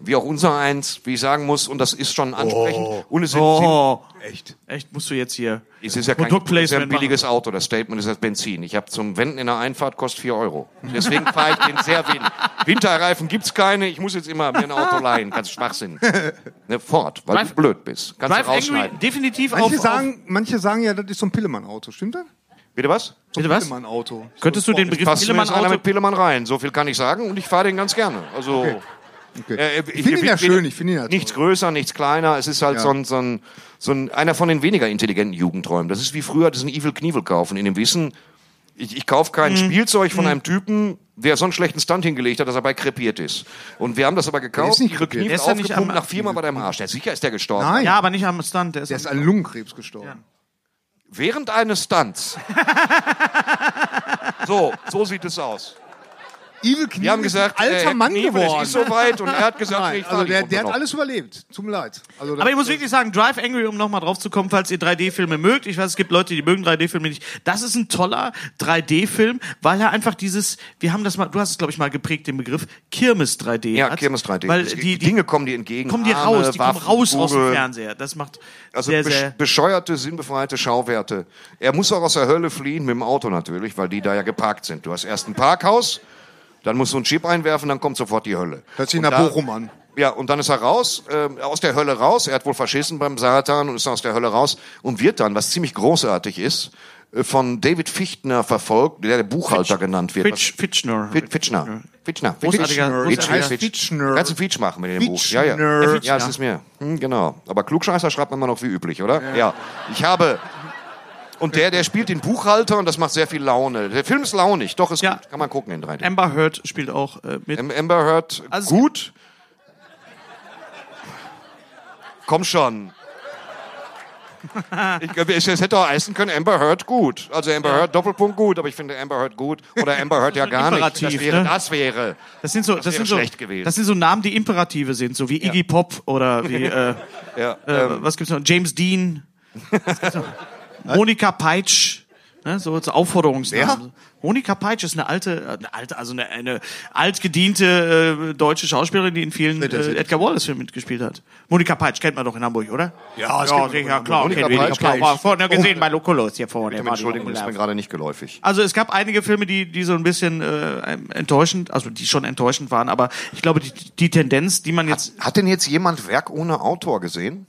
wie auch unser eins, wie ich sagen muss, und das ist schon ansprechend. Und es sind,
Oh. Echt? Echt, musst du jetzt hier.
es ist ja kein
Produktplacement
es ist ja ein
machen.
billiges Auto, das Statement ist das Benzin. Ich habe zum Wenden in der Einfahrt kostet 4 Euro. Deswegen fahre ich den sehr wenig. Winterreifen gibt's keine, ich muss jetzt immer mir ein Auto leihen. Ganz Schwachsinn. Ne, Ford, weil
Drive-
du blöd bist. Kannst
Drive
du
Angry,
rausschneiden.
definitiv auf,
manche
auf.
sagen, manche sagen ja, das ist so ein Pillemann-Auto, stimmt das?
Bitte was?
So
Bitte was?
Pillemann Auto.
Könntest du den Begriff
Passt mir
Pillemann
jetzt einer
Auto
mit Pillemann rein. So viel kann ich sagen und ich fahre den ganz gerne. Also...
Okay.
Äh,
ich finde ihn ja
ich-
schön, ich finde ihn ja toll.
Nichts größer, nichts kleiner. Es ist halt
Ja.
so, ein, so, ein, so ein, einer von den weniger intelligenten Jugendträumen. Das ist wie früher diesen Evil Knievel kaufen, in dem Wissen, ich, ich kaufe kein
Mhm.
Spielzeug von einem Typen, der so einen schlechten Stunt hingelegt hat, dass er bei krepiert ist. Und wir haben das aber gekauft,
ist nicht
Evil
krepiert.
Knievel
Der ist ja nicht
aufgepumpt,
am-
nach viermal bei deinem Arsch. Der, sicher ist der gestorben.
Nein,
Ja, aber nicht am Stunt. Der ist,
der ist an Lungenkrebs gestorben.
Während eines Stunts. so, so sieht es aus.
Evil Knievel
Wir haben
Hm, ist
gesagt,
ein
äh,
alter
Herr
Mann
Knievel,
geworden.
Es ist soweit und er hat gesagt, nee,
Nein,
ich fahr
also
die
der,
Runde
der
noch.
hat alles überlebt. Tut mir leid. Also das-
aber ich muss wirklich sagen, Drive Angry, um nochmal drauf zu kommen, falls ihr 3D-Filme mögt. Ich weiß, es gibt Leute, die mögen 3D-Filme nicht. Das ist ein toller 3D-Film, weil er einfach dieses, wir haben das mal, du hast es, glaube ich, mal geprägt, den Begriff Kirmes 3D.
Ja,
hat.
Kirmes 3D.
Weil
Es-
die, die
Dinge kommen dir entgegen.
kommen die
Arme,
raus, die
Waffen,
kommen raus aus dem
Kugel.
Fernseher. Das macht
Also
sehr,
besch-
sehr.
bescheuerte, sinnbefreite Schauwerte. Er muss auch aus der Hölle fliehen, mit dem Auto natürlich, weil die da ja geparkt sind. Du hast erst ein Parkhaus, dann musst du einen Chip einwerfen, dann kommt sofort die Hölle.
Hört sich
Und
nach
da-
Bochum an.
Ja, und dann ist er raus, äh, aus der Hölle raus. Er hat wohl verschissen beim Satan und ist aus der Hölle raus und wird dann, was ziemlich großartig ist, äh, von David Fichtner verfolgt, der der Buchhalter genannt wird.
Fitch,
Was-
Fitchner.
Fit- Fitchner. Fitchner.
Großartiger-
Fitch,
großartiger-
Fitch, Fitch.
Fitchner.
Kannst du Fitch machen mit dem Buch. Ja, ja.
Fitchner.
Ja, ja, es ist mir. Hm, genau. Aber Klugscheißer schreibt man immer noch wie üblich, oder? Ja. Ich habe. Und der, der spielt den Buchhalter und das macht sehr viel Laune. Der Film ist launig, doch ist
Ja.
gut. Kann man gucken in 3D.
Amber Heard spielt auch äh, mit.
Am- Amber Heard,
Also es
gut. Komm schon. Ich, ich, es hätte auch heißen können, Amber Heard gut. Also Amber Heard Doppelpunkt gut, aber ich finde Amber Heard gut oder Amber Heard ja gar nicht. Das
Imperativ,
wäre,
ne?
das wäre.
Das sind so, das,
wäre
sind so,
schlecht gewesen.
das sind so Namen, die Imperative sind, so wie Iggy Pop oder wie, äh,
Ja,
äh,
ähm,
was gibt's noch? James Dean. Was gibt's noch? Monika Peitsch. Ne, so als Aufforderungsnamen. Monika Peitsch ist eine alte, äh, eine alte also eine, eine altgediente äh, deutsche Schauspielerin, die in vielen äh, Edgar Wallace-Filmen mitgespielt hat. Monika Peitsch kennt man doch in Hamburg, oder?
Ja, das
ja,
kennt man
sicher, klar.
Monika
kennt man.
Peitsch. Oh.
Klar, war vorne gesehen bei Lokolos hier vorne. war die
Entschuldigung, ist mir gerade nicht geläufig.
also es gab einige Filme, die, die so ein bisschen äh, enttäuschend, also die schon enttäuschend waren, aber ich glaube, die, die Tendenz, die man jetzt.
Hat denn jetzt jemand Werk ohne Autor gesehen?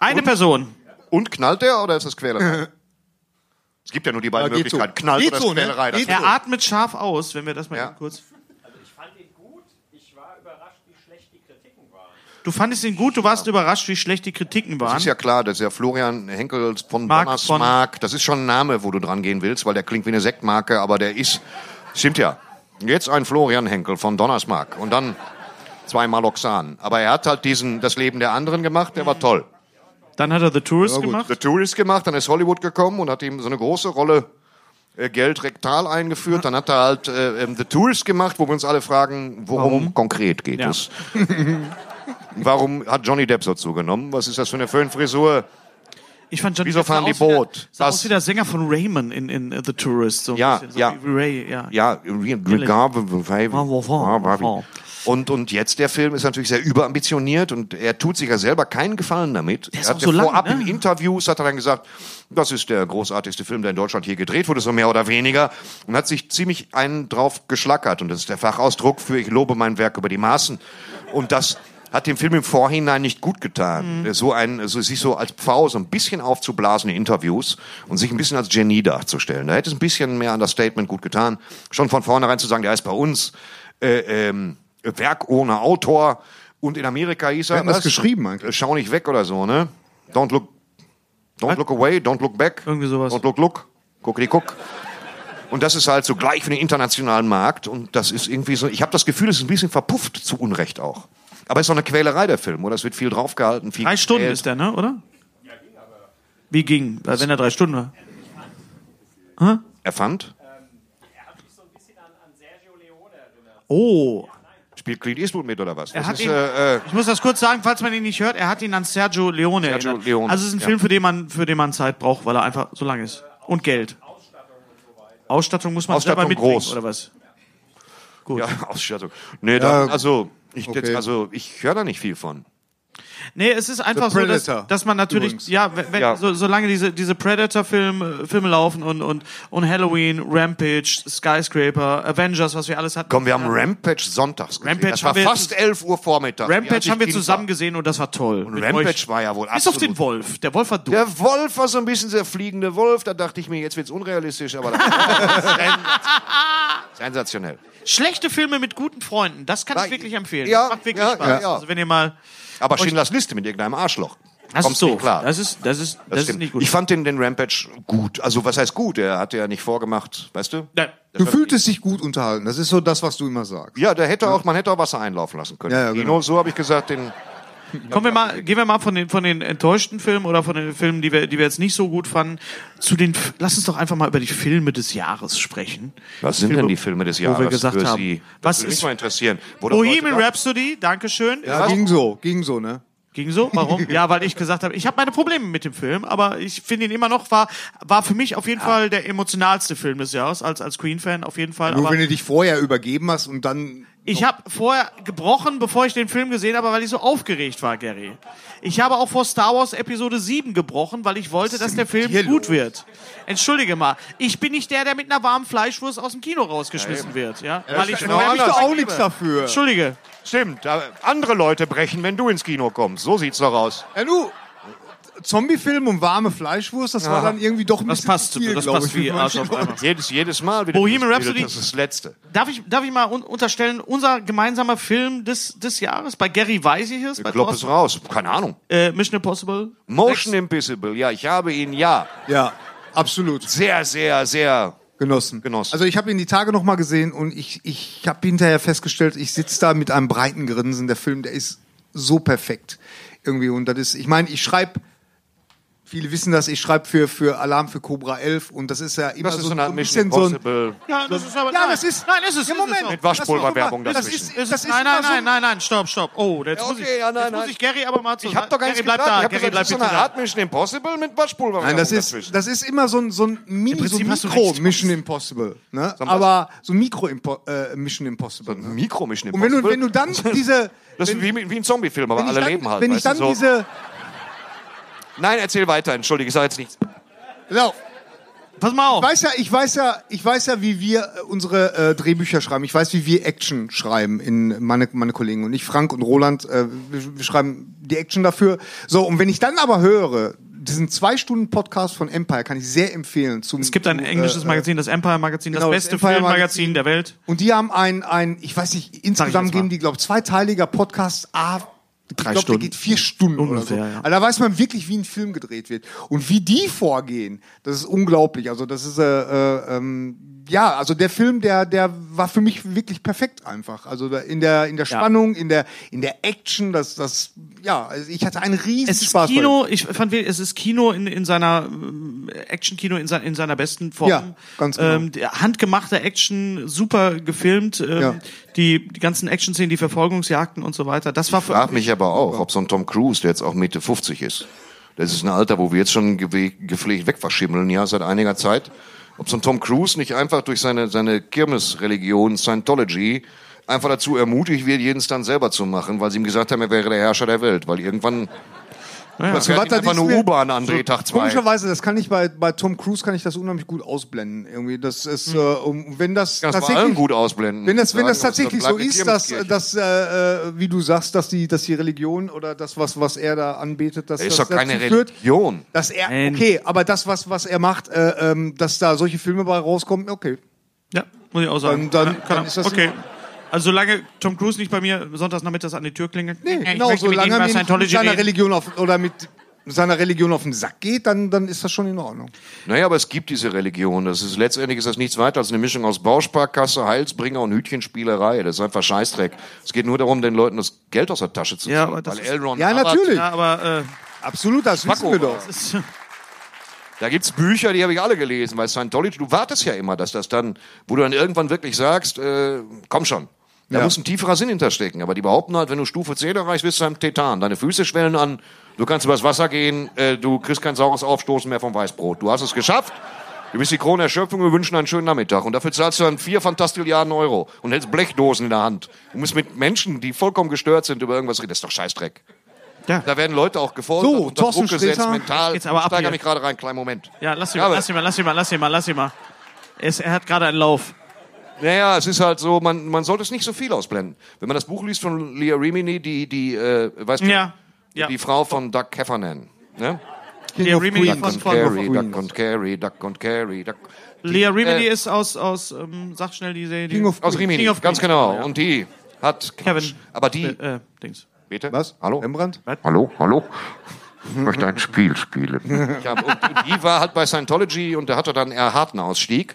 Eine Person.
Und knallt er oder ist das Quälerei? es gibt ja nur die beiden
Ja, geht so.
Möglichkeiten. Knallt
Geht
oder
so,
ist
ne?
Quälerei. Das
Geht
Er
so.
atmet scharf aus, wenn wir das mal
Ja.
eben kurz.
fand ihn gut. Ich war überrascht, wie schlecht die Kritiken waren.
Du fandest ihn gut, du warst überrascht, wie schlecht die Kritiken
Das
waren.
ist ja klar, das ist ja Florian Henkel von
Mark
Donnersmark. Das ist schon ein Name, wo du dran gehen willst, weil der klingt wie eine Sektmarke, aber der ist, stimmt ja. Jetzt ein Florian Henkel von Donnersmark und dann zwei Maloxan. Aber er hat halt diesen, das Leben der anderen gemacht, der war toll.
Dann hat er The Tourist
The
gemacht.
Tourist gemacht, dann ist Hollywood gekommen und hat ihm so eine große Rolle äh, Geld rektal eingeführt. Dann hat er halt äh, ähm, The Tourist gemacht, wo wir uns alle fragen, worum konkret geht
Ja.
es? Warum hat Johnny Depp so zugenommen? Was ist das für eine Föhnfrisur?
Ich fand Johnny
Wieso
Depp sah
fahren die
aus wie der-
Boot?
Sah
Das-
aus wie der Sänger von Raymond in, in äh, The Tourist. So ein
Ja,
bisschen, so
ja.
Wie Ray, ja.
Ja, Regarde,
wovon, wovon.
Genau. und, und jetzt der Film ist natürlich sehr überambitioniert und er tut sich ja selber keinen Gefallen damit. Er
ist
hat
auch
ja
so lang,
vorab
ne?
in Interviews hat er dann gesagt, das ist der großartigste Film, der in Deutschland hier gedreht wurde, so mehr oder weniger. Und hat sich ziemlich einen drauf geschlackert. Und das ist der Fachausdruck für ich lobe mein Werk über die Maßen. Und das hat dem Film im Vorhinein nicht gut getan.
Mhm.
So ein, so, sich so als Pfau so ein bisschen aufzublasen in Interviews und sich ein bisschen als Genie darzustellen. Da hätte es ein bisschen mehr an das Statement gut getan. Schon von vornherein zu sagen, der ist bei uns, äh, ähm, Werk ohne Autor. Und in Amerika hieß er.
hat denn das
was?
geschrieben eigentlich?
Schau nicht weg oder so, ne? Don't look. Don't look away, don't look back.
Irgendwie sowas.
Don't look, look. Guck, guck. Und das ist halt so gleich für den internationalen Markt. Und das ist irgendwie so. Ich habe das Gefühl, es ist ein bisschen verpufft, zu Unrecht auch. Aber es ist doch eine Quälerei, der Film, oder? Es wird viel draufgehalten. Viel
Drei Stunden
gequält.
ist der, ne, oder? Wie ging? Weil wenn er drei Stunden war.
Er fand,
Oh.
spielt Clint Eastwood mit oder was?
Er
das
hat
ist,
ihn,
äh, äh,
ich muss das kurz sagen, falls man ihn nicht hört, er hat ihn an Sergio Leone
Sergio
erinnert.
Leone,
Also es ist ein
ja.
Film, für den man für den man Zeit braucht, weil er einfach so lang ist und Geld. Ausstattung muss man
Ausstattung
selber mitbringen
groß.
oder was?
ja, Ausstattung. Nee, da,
Ja,
also ich, jetzt-
okay.
also ich höre da nicht viel von.
Nee, es ist einfach
The
so, dass,
Predator
dass man natürlich,
übrigens.
ja, wenn, wenn-
Ja.
So, solange diese, diese Predator-Filme Filme laufen und, und, und Halloween, Rampage, Skyscraper, Avengers, was wir alles hatten.
Komm, wir haben Rampage sonntags gesehen.
Rampage
das
haben
war
wir-
fast 11 Uhr Vormittag.
Rampage haben wir zusammen gesehen und das war toll.
Und
Mit
Rampage
euch.
war ja wohl
Bis auf
absolut-
den Wolf. Der Wolf war doof.
Der Wolf war so ein bisschen der fliegende Wolf. Da dachte ich mir, jetzt wird's unrealistisch, aber das sensationell.
Schlechte Filme mit guten Freunden, das kann
Na,
ich wirklich empfehlen.
ja,
das macht wirklich
ja,
Spaß.
ja.
Also wenn ihr mal
Aber Schindlers Liste mit irgendeinem Arschloch.
das
Kommst
ist so,
nicht klar.
das ist das ist das, ist
stimmt.
nicht gut.
Ich fand den, den Rampage gut. Also was heißt gut? Er hat ja nicht vorgemacht, weißt du?
Nein.
Du fühltest dich gut unterhalten. Das ist so das, was du immer sagst.
Ja, da hätte auch, man hätte auch Wasser einlaufen lassen können.
Ja, ja,
Kino,
genau.
so habe ich gesagt, den
Kommen wir mal, gehen wir mal von den von den enttäuschten Filmen oder von den Filmen, die wir die wir jetzt nicht so gut fanden, zu den F- lass uns doch einfach mal über die Filme des Jahres sprechen.
Was sind denn die Filme des Jahres
Wo wir gesagt
für
haben.
Sie?
Was
würde mich
ist-
mal interessieren. Wo doch
Bohemian
Leute-
Rhapsody, Dankeschön.
Ja, ging so, ging so, ne?
Ging so? Warum? ja, weil ich gesagt habe, ich habe meine Probleme mit dem Film, aber ich finde ihn immer noch war war für mich auf jeden Fall der emotionalste Film des Jahres als als Queen Fan auf jeden Fall.
Nur
aber-
wenn du dich vorher übergeben hast und
Genau,
dann
Ich habe vorher gebrochen, bevor ich den Film gesehen habe, weil ich so aufgeregt war, Gary. Ich habe auch vor Star Wars Episode 7 gebrochen, weil ich wollte, dass der Film
dir
gut
los?
wird. Entschuldige mal, ich bin nicht der, der mit einer warmen Fleischwurst aus dem Kino rausgeschmissen wird, ja? Weil ich
genau
vorher mich
anders.
doch
auch nichts dafür.
Entschuldige.
Stimmt, da- andere Leute brechen, wenn du ins Kino kommst. So sieht's doch aus.
Ja, du, Zombie-Film und warme Fleischwurst, das war dann irgendwie doch ein
Das
bisschen
passt,
zu viel,
das
glaub
passt
ich,
wie
für
Arsch
manche
auf
Leute.
einmal.
Jedes, jedes Mal wieder.
Bohemian
dieses
Rhapsody.
Bild, Das ist das Letzte.
Darf ich, darf ich mal un unterstellen, unser gemeinsamer Film des, des Jahres, bei Gary weiß ich es, bei
Klopp ist
Thorsten,
raus. Keine Ahnung.
äh, Mission Impossible.
Motion Impossible, ja, ich habe ihn, ja,
Ja, absolut.
sehr, sehr, sehr.
Genossen.
Genossen.
Also ich habe ihn die Tage noch mal gesehen und ich, ich habe hinterher festgestellt, ich sitze da mit einem breiten Grinsen. Der Film, der ist so perfekt irgendwie. Und das ist, ich meine, ich schreibe, viele wissen das, ich schreibe für, für Alarm für Cobra 11 und das ist ja immer
Das ist
so,
so
so
eine
ein
Mission
bisschen so ein...
Impossible.
Ja, das ist aber,
Ja,
nein.
das ist-
nein, ist es,
Ja,
ist
Moment.
es auch.
Mit Waschpulverwerbung
Das
dazwischen.
ist- das
Ist es,
ist
nein,
immer
nein,
so
nein,
ein-
nein, nein, stopp, stopp. Oh, jetzt,
Ja,
muss,
okay,
ich,
ja, nein,
jetzt muss
nein.
ich Gary aber mal zu.
Ich habe doch gar nichts
Gary, bleib
gesagt.
da,
ich hab
Gary,
gesagt,
bleib
das ist so
bitte
eine
da.
Art Mission Impossible mit Waschpulverwerbung
Nein, das ist,
dazwischen.
das ist immer so ein, so ein Mini, so
Prinzip hast du
Mikro
recht.
Mission Impossible. Ne?
ein-
Aber so ein Mikro Impo- äh, Mission Impossible. Ne?
Mikro-Mission
Und wenn du,
Impossible.
wenn du dann diese...
das
wenn,
ist wie, wie ein Zombie-Film, aber
wenn ich
alle
dann,
leben halt.
wenn ich
weißt du,
dann
so.
diese...
Nein, erzähl weiter, entschuldige, ich sage jetzt nichts.
Genau.
Pass mal
Ich
auf.
weiß ja, ich weiß ja, ich weiß ja, wie wir äh, unsere äh, Drehbücher schreiben. Ich weiß, wie wir Action schreiben in meine meine Kollegen und ich, Frank und Roland, äh, wir, wir schreiben die Action dafür. So und wenn ich dann aber höre diesen zwei Stunden Podcast von Empire, kann ich sehr empfehlen. Zum,
Es gibt ein
zum,
englisches
äh,
Magazin, das Empire Magazin, das
genau, das
beste
Empire
Filmmagazin
Magazin.
der Welt.
Und die haben ein, ein ich weiß nicht,
Sag ich
insgesamt
jetzt mal.
geben die, glaube ich, zweiteiliger Podcast A. Ich
Drei
glaube, der
Stunden.
geht vier Stunden
Ungefähr,
oder so.
ja.
Also da weiß man wirklich, wie ein Film gedreht wird. Und wie die vorgehen, das ist unglaublich. Also das ist, äh, äh, ähm, ja, also der Film, der, der war für mich wirklich perfekt einfach. Also da in der, in der Spannung, in der, in der Action, das, das, ja, also ich hatte einen riesen
Es ist
Spaß. bei dem
Kino, ich fand, wir- es ist Kino in, in seiner, äh, Action-Kino in, sein- in seiner besten Form.
Ja, ganz genau.
Ähm, der handgemachte Action, super gefilmt, ähm,
Ja.
die, die ganzen Action-Szenen, die Verfolgungsjagden und so weiter. Das war für,
Frag mich aber auch, ob so ein Tom Cruise, der jetzt auch Mitte 50 ist, das ist ein Alter, wo wir jetzt schon gewe- gepflegt wegverschimmeln, ja, seit einiger Zeit, ob so ein Tom Cruise nicht einfach durch seine, seine Kirmesreligion, Scientology, einfach dazu ermutigt wird, jeden Stunt selber zu machen, weil sie ihm gesagt haben, er wäre der Herrscher der Welt, weil irgendwann, das
Was
fährt ihm
das
einfach
ist
eine
mir-
U-Bahn an Drehtag 2.
Komischerweise, das kann ich bei, bei Tom Cruise kann ich das unheimlich gut ausblenden. Irgendwie, das ist, äh,
Hm.
um, wenn das
Kannst bei allen
tatsächlich,
gut ausblenden.
wenn das, wenn das
Sagen,
tatsächlich
also bleibt
so
die
ist, dass,
Kirmeskirche.
dass äh, äh, wie du sagst, dass die, dass die Religion oder das, was, was er da anbetet, dass
Das ist
das
doch keine
dazu führt,
Religion.
dass er, okay, aber das, was, was er macht, äh, ähm, dass da solche Filme bei rauskommen, okay.
ja, muss ich auch sagen.
Dann- dann-
Ja,
dann ist das-
okay. Also solange Tom Cruise nicht bei mir sonntags nachmittags an die Tür klingelt, nee,
genau, solange er
mit
mir nicht mit
Scientology
seiner
reden.
Religion auf, oder mit seiner Religion auf den Sack geht, dann, dann ist das schon in Ordnung.
Naja, aber es gibt diese Religion. Das ist letztendlich ist das nichts weiter als eine Mischung aus Bausparkasse, Heilsbringer und Hütchenspielerei. Das ist einfach Scheißdreck. Es geht nur darum, den Leuten das Geld aus der Tasche zu ziehen.
Ja, aber das
weil
ist-
Elron
Ja,
Hubbard-
natürlich.
Ja, aber, äh,
Absolut, das wissen wir doch.
Da gibt's Bücher, die habe ich alle gelesen, weil Scientology, du wartest ja immer, dass das dann, wo du dann irgendwann wirklich sagst, äh, komm schon. Da muss ein tieferer Sinn hinterstecken. Aber die behaupten halt, wenn du Stufe 10 erreichst, bist du ein Tetan. Deine Füße schwellen an, du kannst übers Wasser gehen, äh, du kriegst kein saures Aufstoßen mehr vom Weißbrot. Du hast es geschafft. Du bist die Krone der Schöpfung, wir wünschen einen schönen Nachmittag. Und dafür zahlst du dann vier Fantastilliarden Euro und hältst Blechdosen in der Hand. Du musst mit Menschen, die vollkommen gestört sind, über irgendwas reden. Das ist doch Scheißdreck.
Ja.
Da werden Leute auch gefordert,
So,
unter Druck
Thorsten
gesetzt,
Sträter.
mental.
Jetzt aber ab
ich steigere
hier.
mich gerade rein, kleinen Moment.
Ja, lass ihn,
Ja,
mal,
aber-
lass ihn mal, lass ihn mal, lass ihn mal, lass ihn mal. Es, er hat gerade einen Lauf.
Naja, es ist halt so, man, man sollte es nicht so viel ausblenden. Wenn man das Buch liest von Leah Rimini, die, die, äh, weißt du,
Ja, ja.
die Frau von Doug Heffernan. Ne?
Lea Remini,
Duck
von,
und
von,
Carrie, Duck und Carrie, Duck und Carrie, Duck.
Lea Remini
äh,
ist aus, aus ähm, sag schnell die Serie. die-
King of
Aus Rimini,
King of
ganz
Queens,
genau.
ja.
Und die hat
Kevin.
Aber die,
Äh, äh, Dings.
bitte?
Was?
Hallo?
Rembrandt?
Hallo, hallo. Ich möchte ein Spiel spielen. Ja, und, und die war halt bei Scientology und da hatte dann R. harten Ausstieg.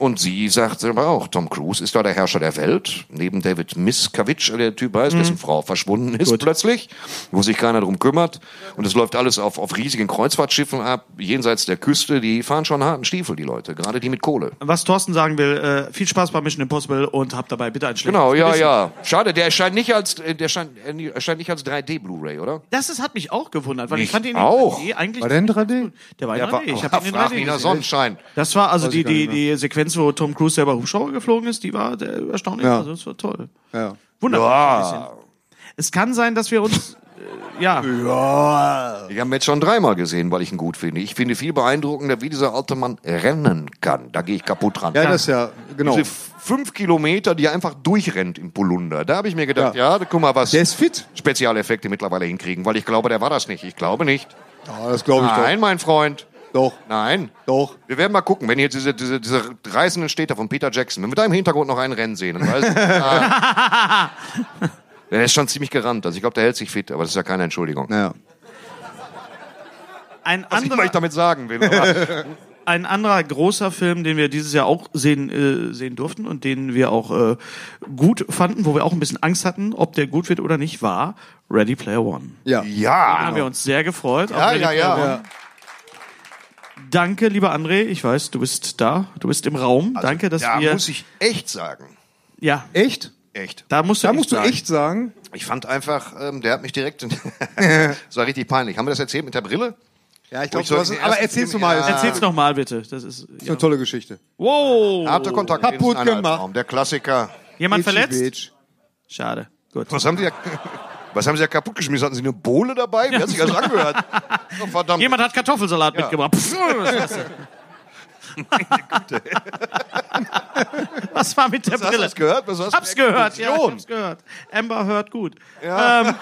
Und sie sagt selber auch, Tom Cruise ist da der Herrscher der Welt, neben David Miscavige, der Typ heißt,
Mhm.
dessen Frau verschwunden ist plötzlich, wo sich keiner drum kümmert. Und es läuft alles auf, auf riesigen Kreuzfahrtschiffen ab, jenseits der Küste, die fahren schon harten Stiefel, die Leute, gerade die mit Kohle.
Was Thorsten sagen will, äh, viel Spaß bei Mission Impossible und habt dabei bitte einen schlechtes
Genau, ja,
Gewissen.
ja. Schade, der erscheint nicht als, äh, der erscheint, äh, erscheint nicht als 3D Blu-ray, oder?
Das ist, hat mich auch gewundert, weil ich,
Ich
fand ihn
auch.
in 3D eigentlich.
War der in 3D?
Der war in 3D. ich
Ja,
habe ihn in
frag
3D
mich nach
gesehen.
Sonnenschein.
Das war also
Weiß ich
die,
gar
die,
nicht
die Sequenz, wo Tom Cruise selber Hubschrauber geflogen ist, die war der, erstaunlich.
Ja.
Also, das war toll.
Ja.
Wunderbar.
Ja.
Es kann sein, dass wir uns. Äh, ja.
Ich habe ihn jetzt schon dreimal gesehen, weil ich ihn gut finde. Ich finde viel beeindruckender, wie dieser alte Mann rennen kann. Da gehe ich kaputt dran.
Ja, das ist ja, genau.
Diese f- fünf Kilometer, die er einfach durchrennt im Polunder. Da habe ich mir gedacht, ja, da guck mal, was
Der ist fit.
Spezialeffekte mittlerweile hinkriegen, weil ich glaube, der war das nicht. Ich glaube nicht.
Ja, das glaube ich
Nein, mein Freund.
doch. Doch.
Nein.
Doch.
Wir werden mal gucken, wenn jetzt diese, diese, diese reißenden Städter von Peter Jackson, wenn wir da im Hintergrund noch einen Rennen sehen, dann weiß ich, ah, der ist schon ziemlich gerannt. Also ich glaube, der hält sich fit, aber das ist ja keine Entschuldigung.
Naja.
Ein
Was Also ich, was ich
anderer,
damit sagen will. Aber
ein anderer großer Film, den wir dieses Jahr auch sehen, äh, sehen durften und den wir auch äh, gut fanden, wo wir auch ein bisschen Angst hatten, ob der gut wird oder nicht, war Ready Player One.
Ja.
Da
ja, genau.
haben wir uns sehr gefreut. auf
ja,
Ready
ja,
Player One.
ja.
Danke, lieber André. Ich weiß, du bist da, du bist im Raum. Danke, dass
Also, Da
wir.
muss ich echt sagen.
ja,
Echt?
Echt.
da musst du,
Da
echt
musst du
sagen.
echt sagen.
Ich fand einfach, ähm, der hat mich direkt. das war richtig peinlich. Haben wir das erzählt mit der Brille?
Oh, Ja, ich
glaub,
glaube,
du hast-
aber erzähl's doch mal.
Ja.
Das ist
Erzähl's nochmal bitte. Das ist. Ja.
eine tolle Geschichte.
Wow!
Habt ihr Kontakt mit
Kaputt
dem Einhaltsraum?
gemacht.
Der Klassiker.
Jemand
Itchy
verletzt?
Bitch.
Schade. Gut.
Was haben sie da, was haben sie da kaputt geschmissen? Hatten sie eine Bohle dabei? Wie hat sich das angehört? Oh, verdammt.
Jemand hat Kartoffelsalat mitgebracht. Pff, was ist das? Was war mit der
hast du
Brille?
das gehört? Was hast du
Hab's gehört, ja, ich
Explosion?
hab's gehört. Amber hört gut. Ähm,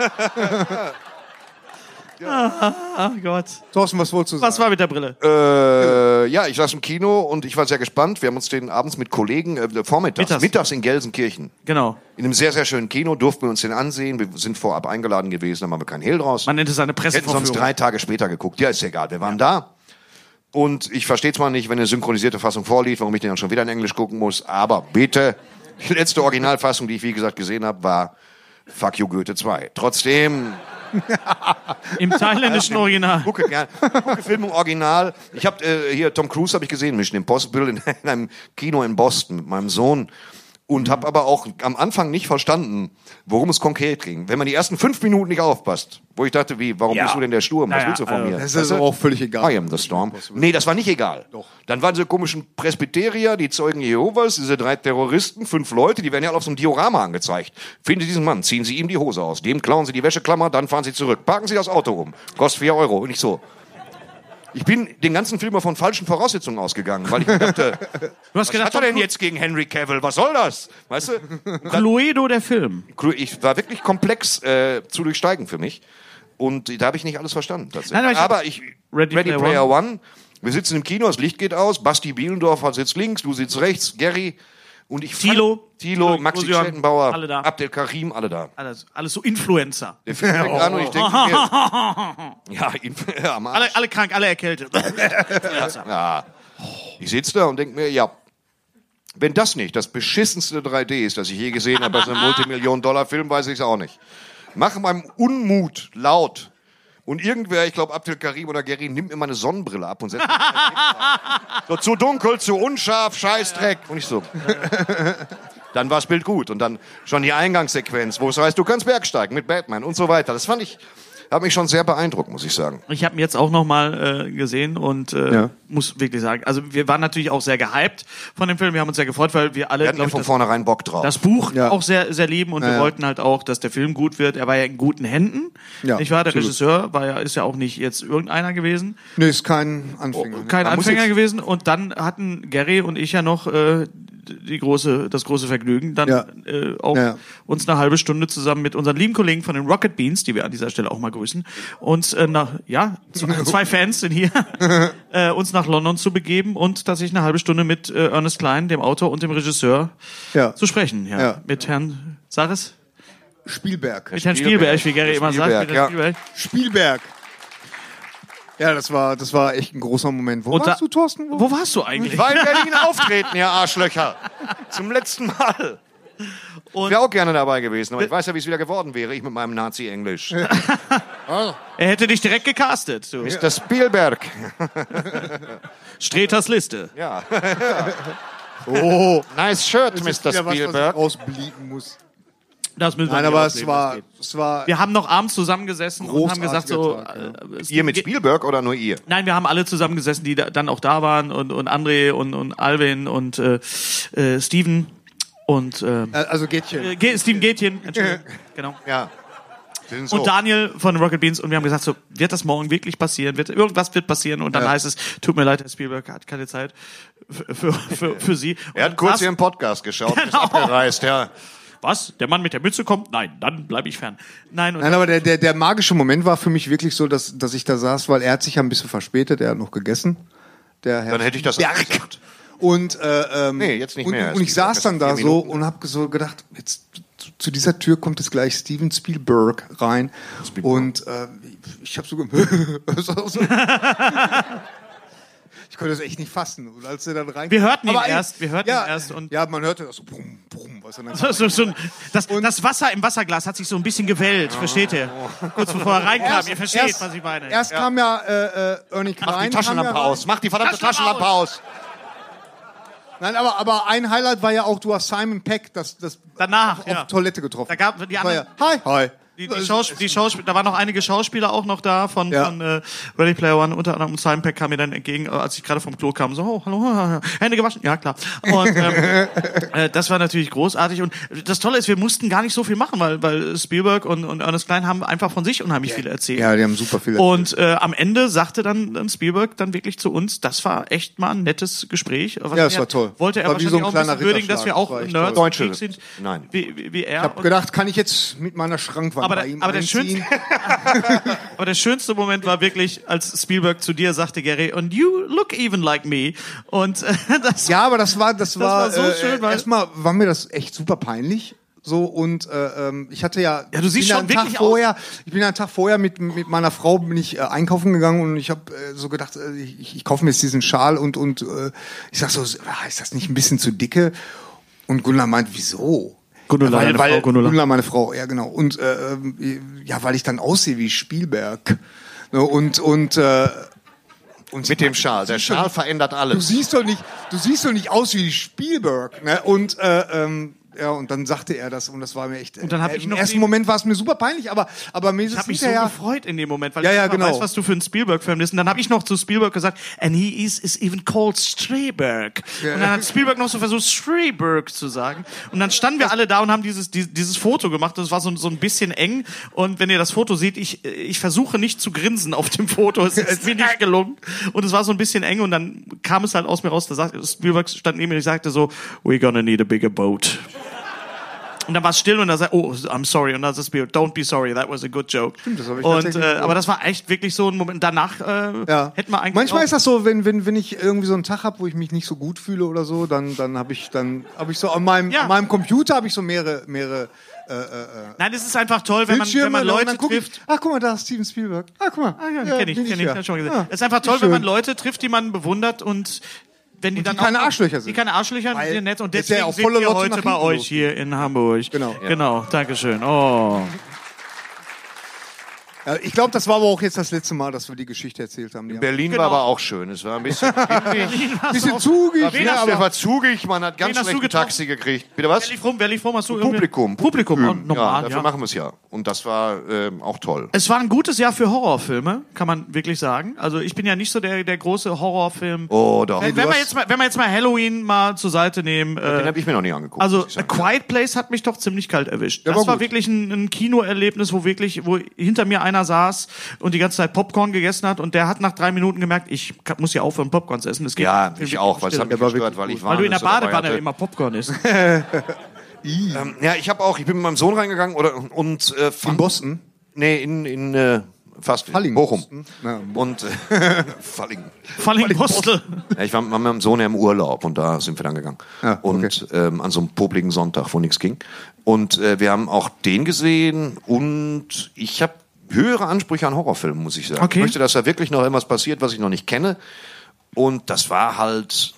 Ah, Gott.
Thorsten, was wolltest du
Was
sagen?
war mit der Brille?
Äh, ja, ich saß im Kino und ich war sehr gespannt. Wir haben uns den abends mit Kollegen, äh, vormittags,
Mittags.
mittags, in Gelsenkirchen,
Genau.
in einem sehr, sehr schönen Kino, durften wir uns den ansehen. Wir sind vorab eingeladen gewesen, da machen wir keinen Hehl draus.
Man nennt es eine
Hätten sonst
Pressevorführung.
drei Tage später geguckt. Ja, ist egal, wir waren da. Und ich verstehe zwar nicht, wenn eine synchronisierte Fassung vorliegt, warum ich den dann schon wieder in Englisch gucken muss, aber bitte, die letzte Originalfassung, die ich wie gesagt gesehen habe, war Fuck You Goethe 2. Trotzdem,
Im thailändischen Original.
gucke gerne, gucke Film im Original. Ich habe äh, hier Tom Cruise habe ich gesehen, Mission Impossible in, in einem Kino in Boston mit meinem Sohn. Und habe aber auch am Anfang nicht verstanden, worum es konkret ging. Wenn man die ersten fünf Minuten nicht aufpasst, wo ich dachte, wie, warum
Ja.
bist du denn der Sturm? Was
Naja,
willst du von
also,
mir?
Das ist also auch völlig egal.
I am the Storm. Nee, das war nicht egal. Dann waren diese komischen Presbyterier, die Zeugen Jehovas, diese drei Terroristen, fünf Leute, die werden ja alle auf so einem Diorama angezeigt. Finden Sie diesen Mann, ziehen Sie ihm die Hose aus, dem klauen Sie die Wäscheklammer, dann fahren Sie zurück, parken Sie das Auto um, kostet vier Euro und ich so. Ich bin den ganzen Film mal von falschen Voraussetzungen ausgegangen, weil ich mir dachte,
Du hast
was
gedacht,
hat er denn
Tom
jetzt gegen Henry Cavill? Was soll das? Weißt du?
Cluedo der Film.
Cru- Ich war wirklich komplex äh, zu durchsteigen für mich. Und da habe ich nicht alles verstanden. Tatsächlich.
Nein, aber ich-
aber ich, Ready, Player, One. wir sitzen im Kino, das Licht geht aus, Basti Bielendorfer sitzt links, du sitzt rechts, Gary und ich fand-
Thilo.
Thilo,
Thilo,
Maxi
Osion,
Schettenbauer,
alle da.
Abdel Karim, alle da.
Alles, alles so Influencer.
Der Film fängt an und ich denke mir, ja, ihn, ja, am Arsch.
Alle, alle krank, alle erkältet.
Ich sitze da und denke mir, ja, wenn das nicht das beschissenste 3D ist, das ich je gesehen habe, bei so einem Multimillion-Dollar-Film, weiß ich es auch nicht. Mach meinem Unmut laut Und irgendwer, ich glaube Abdel Karim oder Gary, nimmt mir meine Sonnenbrille ab und setzt mich so zu dunkel, zu unscharf, Scheißdreck. Und ich so. Dann war das Bild gut und dann schon die Eingangssequenz, wo es heißt, du kannst bergsteigen mit Batman und so weiter. Das fand ich, hat mich schon sehr beeindruckt, muss ich sagen.
Ich habe ihn jetzt auch nochmal äh, gesehen und äh,
Ja.
muss wirklich sagen, also wir waren natürlich auch sehr gehypt von dem Film. Wir haben uns sehr gefreut, weil wir alle,
Wir hatten ja
glaub ich,
von
das,
vornherein Bock drauf.
das Buch
Ja.
auch sehr, sehr lieben und wir wollten halt auch, dass der Film gut wird. Er war ja in guten Händen.
Ja,
ich war der
absolut.
Regisseur, war ja, ist ja auch nicht jetzt irgendeiner gewesen.
Nee, ist kein Anfänger. ne?
kein
Man muss
Anfänger
jetzt-
gewesen und dann hatten Gary und ich ja noch äh, die große, das große Vergnügen, dann
Ja.
äh, auch
Ja.
uns eine halbe Stunde zusammen mit unseren lieben Kollegen von den Rocket Beans, die wir an dieser Stelle auch mal grüßen, uns äh, nach, ja, z- zwei Fans sind hier, äh, uns nach London zu begeben und dass ich eine halbe Stunde mit äh, Ernest Klein, dem Autor und dem Regisseur
Ja.
zu sprechen, ja,
Ja.
mit Herrn Saris,
Spielberg.
mit Herrn Spielberg, wie Gary immer sagt,
Spielberg,
mit Herrn
ja.
Spielberg.
Spielberg. Ja, das war, das war echt ein großer Moment. Wo
Und da-
warst du, Thorsten?
Wo warst du eigentlich?
War in Berlin auftreten, ihr Arschlöcher. Zum letzten Mal.
Und-
Wäre auch gerne dabei gewesen, aber ich weiß ja, wie es wieder geworden wäre, ich mit meinem Nazi-Englisch.
Er hätte dich direkt gecastet. Du.
Mr. Spielberg.
Streters Liste.
Ja.
Oh,
Nice shirt,
das ist
Mr.
wieder was, was ich
Spielberg.
ausblieben muss.
Das müssen wir
Nein,
nicht
aber es
ausleben, das
war,
geht.
es war,
Wir haben noch abends zusammengespielt und haben gesagt so.
Großartiger
äh, es
Ihr mit
geht-
Spielberg oder nur ihr?
Nein, wir haben alle zusammengesessen, die da, dann auch da waren und und André und und Alvin und äh, äh, Steven und äh,
äh, also Gettchen.
äh, Ge- Steven Gätchen, Entschuldigung, genau.
Ja. Sie sind so.
Und Daniel von Rocket Beans und wir haben gesagt so, wird das morgen wirklich passieren? Wird irgendwas wird passieren? Und dann heißt es, tut mir leid, Herr Spielberg hat keine Zeit für für, für, für Sie. Und
er
dann
hat kurz
saß-
ihren Podcast geschaut und ist
Genau.
abgereist, ja.
was? Der Mann mit der Mütze kommt? Nein, dann bleibe ich fern. Nein, und
Nein, aber der, der, der magische Moment war für mich wirklich so, dass, dass ich da saß, weil er hat sich ja ein bisschen verspätet, er hat noch gegessen. Der Herr
Dann hätte ich das auch
Berg.
gesagt.
Und, äh, ähm,
Nee, jetzt nicht
und,
mehr. Es
Und ich
gibt
saß
erst
dann da
vier
so
Minuten.
und habe so gedacht, jetzt zu, zu dieser Tür kommt jetzt gleich Steven Spielberg rein.
Spielberg.
Und äh, ich habe so gem- Ich konnte das echt nicht fassen. Und als er dann rein
Wir hörten ihn
Aber, äh,
erst, wir hörten
ja,
ihn erst und-
ja, man hörte das so brumm, brumm, was er dann
So, so, so, ein- das, das Wasser im Wasserglas hat sich so ein bisschen gewellt, versteht ihr? Kurz bevor er reinkam, ihr versteht,
Ah. erst,
was ich meine.
Erst kam ja äh, äh, Ernie Klein.
Mach
kam
die Taschenlampe
ja rein.
aus. Mach die verdammte
Taschenlampe
Taschenlampe aus.
Nein, aber, aber ein Highlight war ja auch, du hast Simon Peck das, das
Danach,
auf
ja.
Toilette getroffen.
Da gab- die
War
anderen-
ja, hi, hi.
Die, die Schaus die Schaus da waren noch einige Schauspieler auch noch da von,
Ja.
von äh, Ready Player One, unter anderem Simon Peck kam mir dann entgegen, äh, als ich gerade vom Klo kam, so, oh, hallo, Hände gewaschen, ja klar. Und ähm, äh, das war natürlich großartig und das Tolle ist, wir mussten gar nicht so viel machen, weil, weil Spielberg und, und Ernest Klein haben einfach von sich unheimlich viel erzählt.
ja, die haben super viel.
Und äh, am Ende sagte dann, dann Spielberg dann wirklich zu uns, das war echt mal ein nettes Gespräch. Was
Ja, es
er-
war toll.
Wollte er
War wie
wahrscheinlich
so ein
auch ein
kleiner
bisschen würdigen, dass wir auch
Ritterschlag. Das war echt
Nerds und
toll. Deutsche.
Geeks sind,
Nein.
Wie, wie, wie
ich
er.
habe
Und-
gedacht, kann ich jetzt mit meiner Schrankwand
aber,
bei
der-
ihm
aber, der
einziehen?
schönste, aber der schönste Moment war wirklich, als Spielberg zu dir sagte, Gary, and you look even like me. Und äh, das
Ja, aber das war das, war,
war so schön, weil-
äh, erstmal war mir das echt super peinlich. So und äh, ähm, ich hatte ja,
Ja, du siehst
bin
schon
einen Tag
wirklich aus-
vorher, ich bin ja einen Tag vorher mit mit meiner Frau bin ich äh, einkaufen gegangen und ich habe äh, so gedacht, äh, ich, ich kaufe mir jetzt diesen Schal und und äh, ich sag so, ah, ist das nicht ein bisschen zu dicke? Und Gundula meint, wieso?
Gundula,
weil,
deine
weil,
Frau, Gundula.
Gundula, meine Frau, ja genau. Und äh, ähm, ja, weil ich dann aussehe wie Spielberg. Ne, Und und äh, und
Mit dem Schal. Der Schal verändert
du
alles.
siehst doch nicht, du siehst doch nicht aus wie Spielberg, ne? Und äh, ähm, ja, und dann sagte er das und das war mir echt. Und
dann hab ich
im
noch
ersten
den-
Moment war es mir super peinlich, aber aber mir ist
Ich
es
habe mich so
hinterher.
gefreut in dem Moment, weil
Ja, ja,
ich einfach
genau.
weiß, was du für ein Spielberg-Fan bist. Und dann habe ich noch zu Spielberg gesagt, and he is, is even called Streberg. Und dann hat Spielberg noch so versucht, Streberg zu sagen. Und dann standen wir alle da und haben dieses, die- dieses Foto gemacht. Und es war so, so ein bisschen eng. Und wenn ihr das Foto seht, ich, ich versuche nicht zu grinsen auf dem Foto. Es ist mir nicht gelungen. Und es war so ein bisschen eng. Und dann kam es halt aus mir raus. Da sagte, Spielberg stand neben mir und ich sagte so, we're gonna need a bigger boat. Und dann war es still und dann sagt, oh, I'm sorry. Und dann sagt Spielberg, don't be sorry, that was a good joke. Stimmt,
das hab ich
und,
tatsächlich
äh, aber das war echt wirklich so ein Moment. Danach äh,
Ja.
hätten wir eigentlich.
Manchmal
auch-
ist das so, wenn, wenn, wenn ich irgendwie so einen Tag habe, wo ich mich nicht so gut fühle oder so, dann, dann habe ich, dann habe ich so an meinem,
Ja.
an meinem Computer habe ich so mehrere, mehrere
Nein, es ist einfach toll, wenn man, wenn man
ne? Und
Leute
dann guck ich,
trifft.
Ach, guck mal, da ist Steven Spielberg. Ah, guck mal.
Ah, ja,
Ja,
kenn ich,
bin
kenn ich,
ja.
hab ich schon gesehen.
Ja.
Es ist einfach toll,
Wie
wenn man
schön.
Leute trifft, die man bewundert und wenn die,
die
dann
keine
auch-
Arschlöcher sind.
Die keine Arschlöcher sind,
Weil
sind nett und
ist ja
deswegen
auch
sind
volle
wir
Lotte
heute
nach
bei
hinten
euch
los.
hier in Hamburg.
Genau.
Genau, Dankeschön. Oh.
Ja, Äh, ich glaube, das war aber auch jetzt das letzte Mal, dass wir die Geschichte erzählt haben. Die haben-
Berlin
Genau.
war aber auch schön. Es war ein bisschen windig.
Ein bisschen zugig,
Wen
ne,
hast du-
Der
aber
war zugig, man hat ganz
Wen hast du
schlecht ein
getroffen?
Taxi gekriegt. Bitte was?
Wer lief rum? Wer lief rum? Hast du irgendwie-
Publikum.
Publikum, und
ja,
normal,
dafür
ja.
machen wir es ja. Und das war ähm, auch toll.
Es war ein gutes Jahr für Horrorfilme, kann man wirklich sagen. Also ich bin ja nicht so der, der große Horrorfilm.
Oh, doch.
wenn, wenn, wir jetzt mal, wenn wir jetzt mal Halloween mal zur Seite nehmen.
Den
Äh,
habe ich mir noch nie angeguckt.
also
muss ich
A
sagen.
Quiet Place hat mich doch ziemlich kalt erwischt. das
war
war,
gut.
wirklich ein, ein Kinoerlebnis, wo wirklich, wo hinter mir einer saß und die ganze Zeit Popcorn gegessen hat und der hat nach drei Minuten gemerkt, ich ka- muss ja aufhören, Popcorn zu essen. Das geht
ja,
nicht.
ich auch. Was hat mich gestört, weil ich war
Weil du in der Badewanne immer Popcorn isst.
Ähm, ja, ich habe auch. Ich bin mit meinem Sohn reingegangen oder und äh, fand,
Boston.
Nee, in in äh, fast
Falling.
Bochum.
Ja.
Und äh, Falling.
Fallingbostel.
Ja, ich war mit meinem Sohn ja im Urlaub und da sind wir dann gegangen.
Ah, okay.
Und ähm, an so einem popligen Sonntag, wo nichts ging. Und äh, wir haben auch den gesehen und ich habe höhere Ansprüche an Horrorfilme, muss ich sagen.
Okay.
Ich möchte, dass da wirklich noch irgendwas passiert, was ich noch nicht kenne. Und das war halt.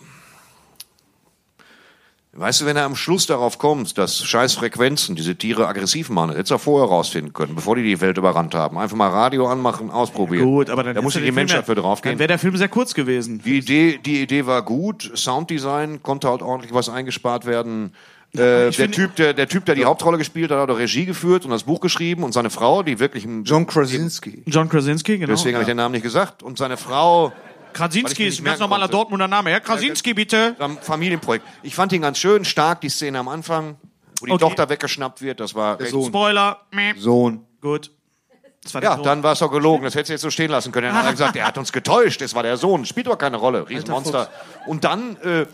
Weißt du, wenn du am Schluss darauf kommst, dass scheiß Frequenzen diese Tiere aggressiv machen, das hättest du ja vorher rausfinden können, bevor die die Welt überrannt haben. Einfach mal Radio anmachen, ausprobieren.
Gut, aber dann
da muss
hättest du
ja die
den Film
Menschheit
ja-
für draufgehen.
Dann wäre der Film sehr kurz gewesen.
Die Idee, die Idee war gut, Sounddesign, konnte halt ordentlich was eingespart werden. Äh, der,
find-
typ, der, der Typ, der die Hauptrolle gespielt hat, hat auch Regie geführt und das Buch geschrieben und seine Frau, die wirklich ein...
John Krasinski.
John Krasinski, genau.
Deswegen habe ich den Namen nicht gesagt. Und seine Frau, weil ich mir
Krasinski ist
nicht
ein ganz
merken
normaler
konnte.
Dortmunder Name. Herr Krasinski, bitte.
am Familienprojekt. Ich fand ihn ganz schön, stark, die Szene am Anfang, wo die
Okay.
Tochter weggeschnappt wird, das war... Recht,
Sohn.
Spoiler. Mäh.
Sohn.
Gut. Das war der
ja,
Sohn.
dann war es doch gelogen, das hättest du jetzt so stehen lassen können. Dann hat er gesagt, er hat uns getäuscht, es war der Sohn, spielt doch keine Rolle, Riesenmonster. Und dann... Äh,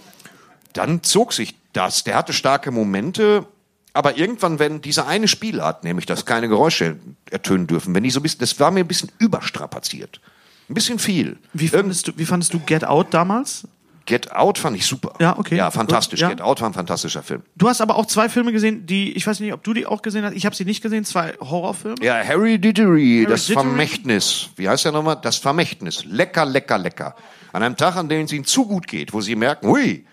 dann zog sich das. Der hatte starke Momente, aber irgendwann, wenn diese eine Spielart, nämlich dass keine Geräusche ertönen dürfen, wenn die so ein bisschen, das war mir ein bisschen überstrapaziert. Ein bisschen viel.
Wie fandest, du, wie fandest du Get Out damals?
Get Out fand ich super.
Ja, okay.
Ja, fantastisch.
Ja.
Get Out war ein fantastischer Film.
Du hast aber auch zwei Filme gesehen, die, ich weiß nicht, ob du die auch gesehen hast. Ich habe sie nicht gesehen, zwei Horrorfilme.
Ja, Harry Diddery, das
Diddery.
Vermächtnis. Wie heißt der nochmal? Das Vermächtnis. Lecker, lecker, lecker. An einem Tag, an dem es ihnen zu gut geht, wo sie merken, hui,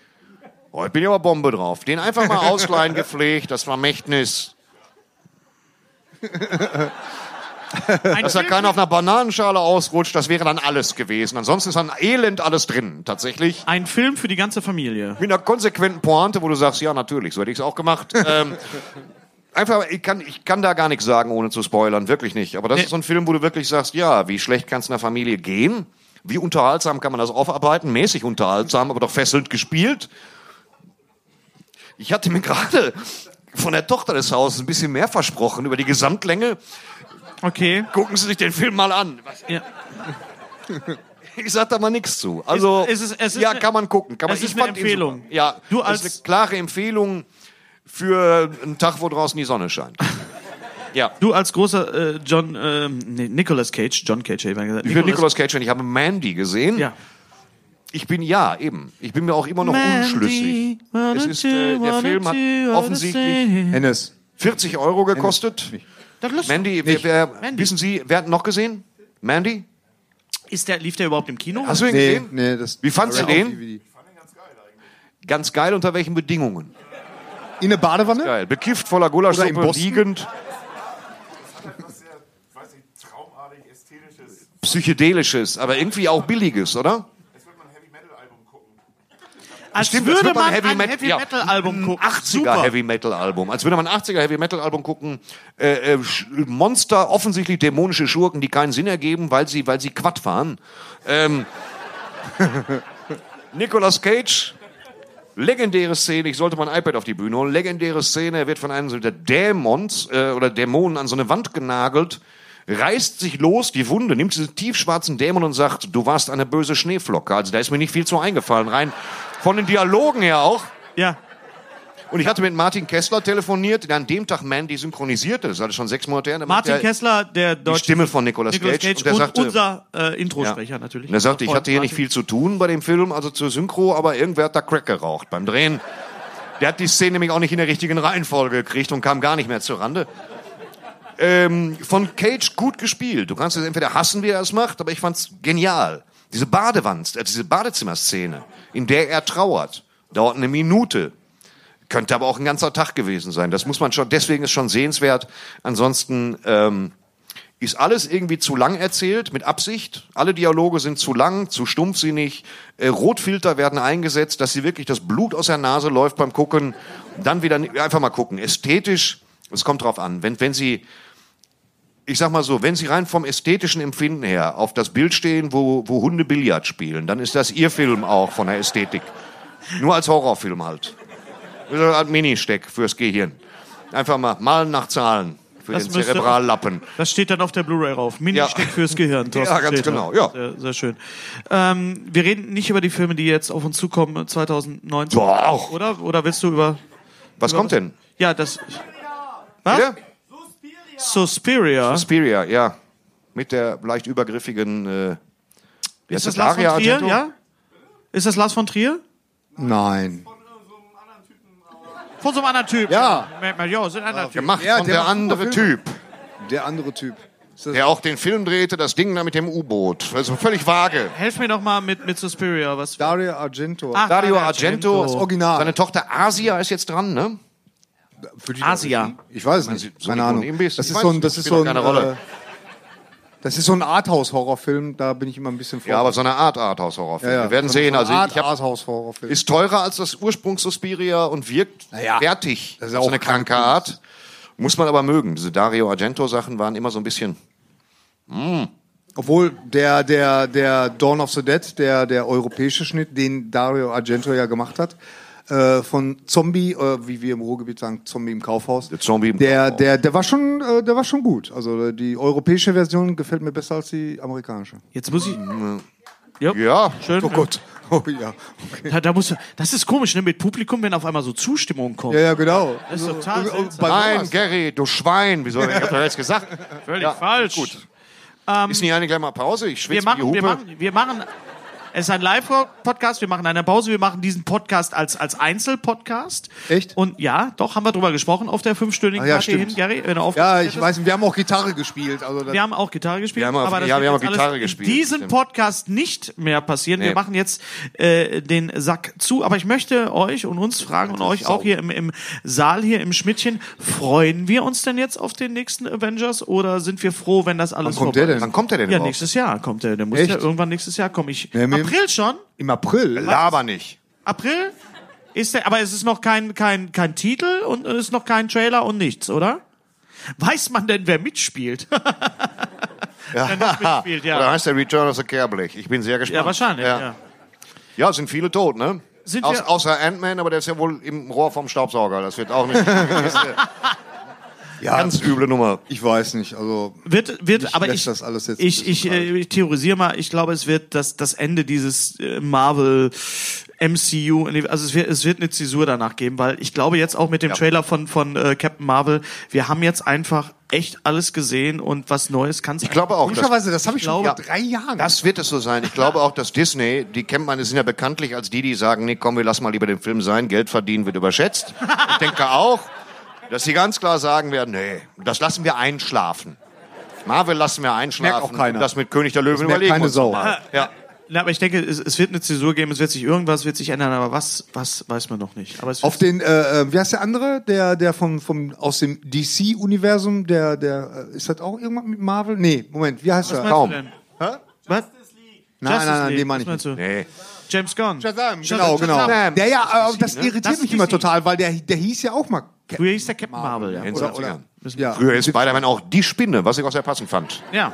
heute bin ich aber Bombe drauf. Den einfach mal ausleihen gepflegt, das Vermächtnis.
Ein
Dass da
Film-
keiner auf einer Bananenschale ausrutscht, das wäre dann alles gewesen. Ansonsten ist an Elend alles drin, tatsächlich.
ein Film für die ganze Familie.
Mit einer konsequenten Pointe, wo du sagst, ja, natürlich, so hätte ich es auch gemacht. ähm, einfach, ich kann, ich kann da gar nichts sagen, ohne zu spoilern, wirklich nicht. Aber das ist so ein Film, wo du wirklich sagst, ja, wie schlecht kann es einer Familie gehen? Wie unterhaltsam kann man das aufarbeiten? Mäßig unterhaltsam, aber doch fesselnd gespielt. Ich hatte mir gerade von der Tochter des Hauses ein bisschen mehr versprochen über die Gesamtlänge.
Okay.
Gucken Sie sich den Film mal an.
Ja.
Ich sag da mal nichts zu. Also,
Es ist- es ist
ja,
eine-
kann man gucken. Kann man,
es ist
ich
eine
fand ihn super.
Empfehlung.
Ja,
Du
du als
als-
ist eine klare Empfehlung für einen Tag, wo draußen die Sonne scheint. ja.
Du als großer äh, John, ähm, nee, Nicolas Cage, John Cage, hätte ich mal gesagt.
Ich bin Nicolas Cage und ich habe Mandy gesehen.
Ja.
Ich bin ja eben. Ich bin mir auch immer noch unschlüssig. Es ist, äh, der Film hat offensichtlich
Hennes.
40 Euro gekostet. Mandy, wer, wer,
Mandy.
wissen Sie, wer hat ihn noch gesehen? Mandy?
Ist der, lief der überhaupt im Kino?
Hast du ihn
Nee,
gesehen?
nee, das
Wie fandst du
Auf
den?
DVD.
Ganz geil, unter welchen Bedingungen?
In der Badewanne?
Geil. Bekifft voller
Oder in
Gulaschsuppe,
Boston?
liegend, halt
was sehr, weiß ich, traumartig ästhetisches.
psychedelisches, aber irgendwie auch billiges, oder?
Als würde man ein Heavy-Metal-Album gucken.
Als
Stimmt, als
würde
würde man
man
Heavy
ein
Met-
Heavy
ja.
Metal Album gucken.
80er Heavy Metal Album. Als würde man ein 80er Heavy Metal Album gucken. Äh, äh, Sch- Monster, offensichtlich dämonische Schurken, die keinen Sinn ergeben, weil sie, weil sie Quad waren. Ähm, Nicolas Cage. Legendäre Szene, ich sollte mein iPad auf die Bühne holen. Legendäre Szene, er wird von einem der Dämons äh, oder Dämonen an so eine Wand genagelt, reißt sich los die Wunde, nimmt diesen tiefschwarzen Dämon und sagt, du warst eine böse Schneeflocke. Also da ist mir nicht viel zu eingefallen. Rein von den Dialogen her auch.
Ja.
Und ich hatte mit Martin Kessler telefoniert, der an dem Tag Mandy synchronisierte. Das ist alles schon sechs Monate her. Der macht
Martin
ja
Kessler, der
Die
deutsche
Stimme von Nicolas,
Nicolas
Cage.
Cage
Und der
und
sagte,
unser äh, Introsprecher
Ja.
natürlich.
und er sagte, ich
Freund
hatte hier nicht
Martin.
viel zu tun bei dem Film, also zur Synchro, aber irgendwer hat da Crack geraucht beim Drehen. Der hat die Szene nämlich auch nicht in der richtigen Reihenfolge gekriegt und kam gar nicht mehr zur Rande. Ähm, von Cage gut gespielt. Du kannst es entweder hassen, wie er es macht, aber ich fand's genial. Diese Badewand, äh, diese Badezimmerszene, in der er trauert, dauert eine Minute. Könnte aber auch ein ganzer Tag gewesen sein. Das muss man schon, deswegen ist schon sehenswert. Ansonsten ähm, ist alles irgendwie zu lang erzählt, mit Absicht. Alle Dialoge sind zu lang, zu stumpfsinnig. Äh, Rotfilter werden eingesetzt, dass sie wirklich das Blut aus der Nase läuft beim Gucken. Dann wieder, einfach mal gucken. Ästhetisch, es kommt drauf an. Wenn, wenn sie, ich sag mal so, wenn sie rein vom ästhetischen Empfinden her auf das Bild stehen, wo, wo Hunde Billard spielen, dann ist das ihr Film auch von der Ästhetik. Nur als Horrorfilm halt. Das ist ein Mini-Steck fürs Gehirn. Einfach mal malen nach Zahlen für
Das
den
müsste-
Zerebrallappen.
Das steht dann auf der Blu-ray rauf. Mini-Steck
Ja.
fürs Gehirn. Thorsten
Ja, ganz
Sträter.
genau, ja.
Sehr, sehr schön. Ähm, wir reden nicht über die Filme, die jetzt auf uns zukommen 2019.
Doch.
Oder? Oder willst du über.
Was kommt denn?
Ja, das. Was?
Ja?
Suspiria.
Suspiria, ja. Mit der leicht übergriffigen. Äh, wie
Ist
heißt
das Lars von
Daria
Trier?
Argento?
Ja? Ist das Lars von Trier?
Nein.
Von so einem anderen Typ.
Ja.
Merkt man, ja, sind andere Typ.
Gemacht
Ja,
von
der
der,
macht
andere
super Filme.
Typ,
Der andere Typ. Ist das-
der auch den Film drehte, das Ding da mit dem U-Boot. Also völlig vage.
Helf mir doch mal mit, mit Suspiria. Was?
Dario Argento.
Ach,
Dario Argento,
Das Original.
seine Tochter Asia ist jetzt dran, ne?
Für die-
Asia.
Ich weiß es nicht.
so
Keine
wie
Ahnung.
Huhn im Biss.
Das
Ich
ist
weiß
so
es
ein, das
nicht,
ist
spielt
so
doch
ein,
keine Rolle.
äh, das ist so ein Arthouse-Horrorfilm. Da bin ich immer ein bisschen vor.
Ja, aber so eine Art Arthouse-Horrorfilm. Wir werden sehen. Also ich hab,
Arthouse-Horrorfilm.
ist teurer als das Ursprungs-Suspiria und wirkt
Naja,
fertig.
das ist
so
auch
eine kranke Art. Muss man aber mögen. Diese Dario Argento-Sachen waren immer so ein bisschen.
Obwohl der, der, der Dawn of the Dead, der, der europäische Schnitt, den Dario Argento ja gemacht hat, äh, von Zombie, äh, wie wir im Ruhrgebiet sagen, Zombie im Kaufhaus. Der
Zombie im
der,
Kaufhaus.
Der, der war schon, äh, der war schon gut. Also äh, die europäische Version gefällt mir besser als die amerikanische.
Jetzt muss ich.
Ja,
Schön.
Oh ja.
Da, da musst du, das ist komisch, ne? Mit Publikum, wenn auf einmal so Zustimmung kommt.
Ja, ja, genau.
Das ist total
Also, äh,
seltsam.
bei
Nein,
sowas.
Gary, du Schwein. Wieso? Ich hab doch jetzt gesagt.
Völlig
Ja,
falsch.
Gut. ist nicht eine gleich mal Pause? Ich schwitze
Ähm, Wir
wie die
machen,
Hupe.
wir machen, wir machen. Es ist ein Live-Podcast, wir machen eine Pause, wir machen diesen Podcast als, als Einzelpodcast.
Echt?
Und ja, doch, haben wir drüber gesprochen auf der fünfstündigen
Ah ja,
Party hin,
stimmt.
Gary, wenn du auf
Ja, ich weiß nicht, wir haben auch Gitarre gespielt. Also das,
Wir haben auch Gitarre gespielt,
Wir haben auf-
aber das
ja,
wird
wir haben
jetzt
auch Gitarre
alles
gespielt,
in diesem
stimmt.
Podcast nicht mehr passieren. Wir
Nee.
machen jetzt äh, den Sack zu, aber ich möchte euch und uns fragen und euch auch hier im, im Saal hier im Schmidtchen, freuen wir uns denn jetzt auf den nächsten Avengers oder sind wir froh, wenn das alles
kommt
vorbei
der denn?
ist?
Wann kommt er denn
Ja,
überhaupt?
nächstes Jahr kommt der. Der muss
Echt?
ja irgendwann nächstes Jahr kommen. Ich,
Ja, mir-
April schon?
Im April?
Laber nicht.
April? Ist der, aber es ist noch kein, kein, kein Titel und es ist noch kein Trailer und nichts, oder? Weiß man denn, wer mitspielt? Wenn das mitspielt, ja.
Oder heißt der Return of the Kerblech? Ich bin sehr gespannt.
Ja, wahrscheinlich. Ja.
Ja, es sind viele tot, ne?
Sind
Aus,
wir-
außer Ant-Man, aber der ist ja wohl im Rohr vom Staubsauger. Das wird auch nicht.
Ja,
ganz üble Nummer.
ich weiß nicht. Also
Wird, wird,
Mich
aber
lässt
ich,
das alles jetzt ein
ich, ich,
bisschen
äh, ich theorisiere mal, ich glaube, es wird das, das Ende dieses äh, Marvel äh, MCU, also es wird, es wird eine Zäsur danach geben, weil ich glaube jetzt auch mit dem Trailer von, von äh, Captain Marvel, wir haben jetzt einfach echt alles gesehen und was Neues kann es
Ich glaube auch, dass
komischerweise, Also, das habe ich, schon
glaube-
vor drei Jahren.
Das wird es so sein. Ich glaube auch, dass Disney, die kennt man, die sind ja bekanntlich als die, die sagen, nee, komm, wir lassen mal lieber den Film sein, Geld verdienen wird überschätzt. Ich denke auch, dass sie ganz klar sagen werden, nee, das lassen wir einschlafen. Marvel lassen wir einschlafen.
Merkt auch keiner.
Und Das mit König der Löwen
merkt
überlegen
keine
uns
Sau.
mal. Ja.
Na, aber ich denke, es, es wird eine Zäsur geben, es wird sich irgendwas wird sich ändern, aber was, was weiß man noch nicht. Aber es
Auf
wird,
den, äh, äh, wie heißt der andere? Der, der vom, vom, aus dem DC-Universum, der, der, äh, ist das auch irgendwann mit Marvel? Nee, Moment, wie heißt er?
meinst du
denn? Was?
Nein, nein, nein, den meine ich nicht.
Justice League, was meinst du?
Nee.
James Gunn.
Shazam, genau, genau.
Shazam.
Der ja, äh, das irritiert
Das ist
mich immer
DC.
total, weil der, der hieß ja auch mal Captain.
Früher hieß der Captain Marvel, ja.
In den 70ern.
Ja.
Früher ist Spider-Man auch die Spinne, was ich auch sehr passend fand.
ja.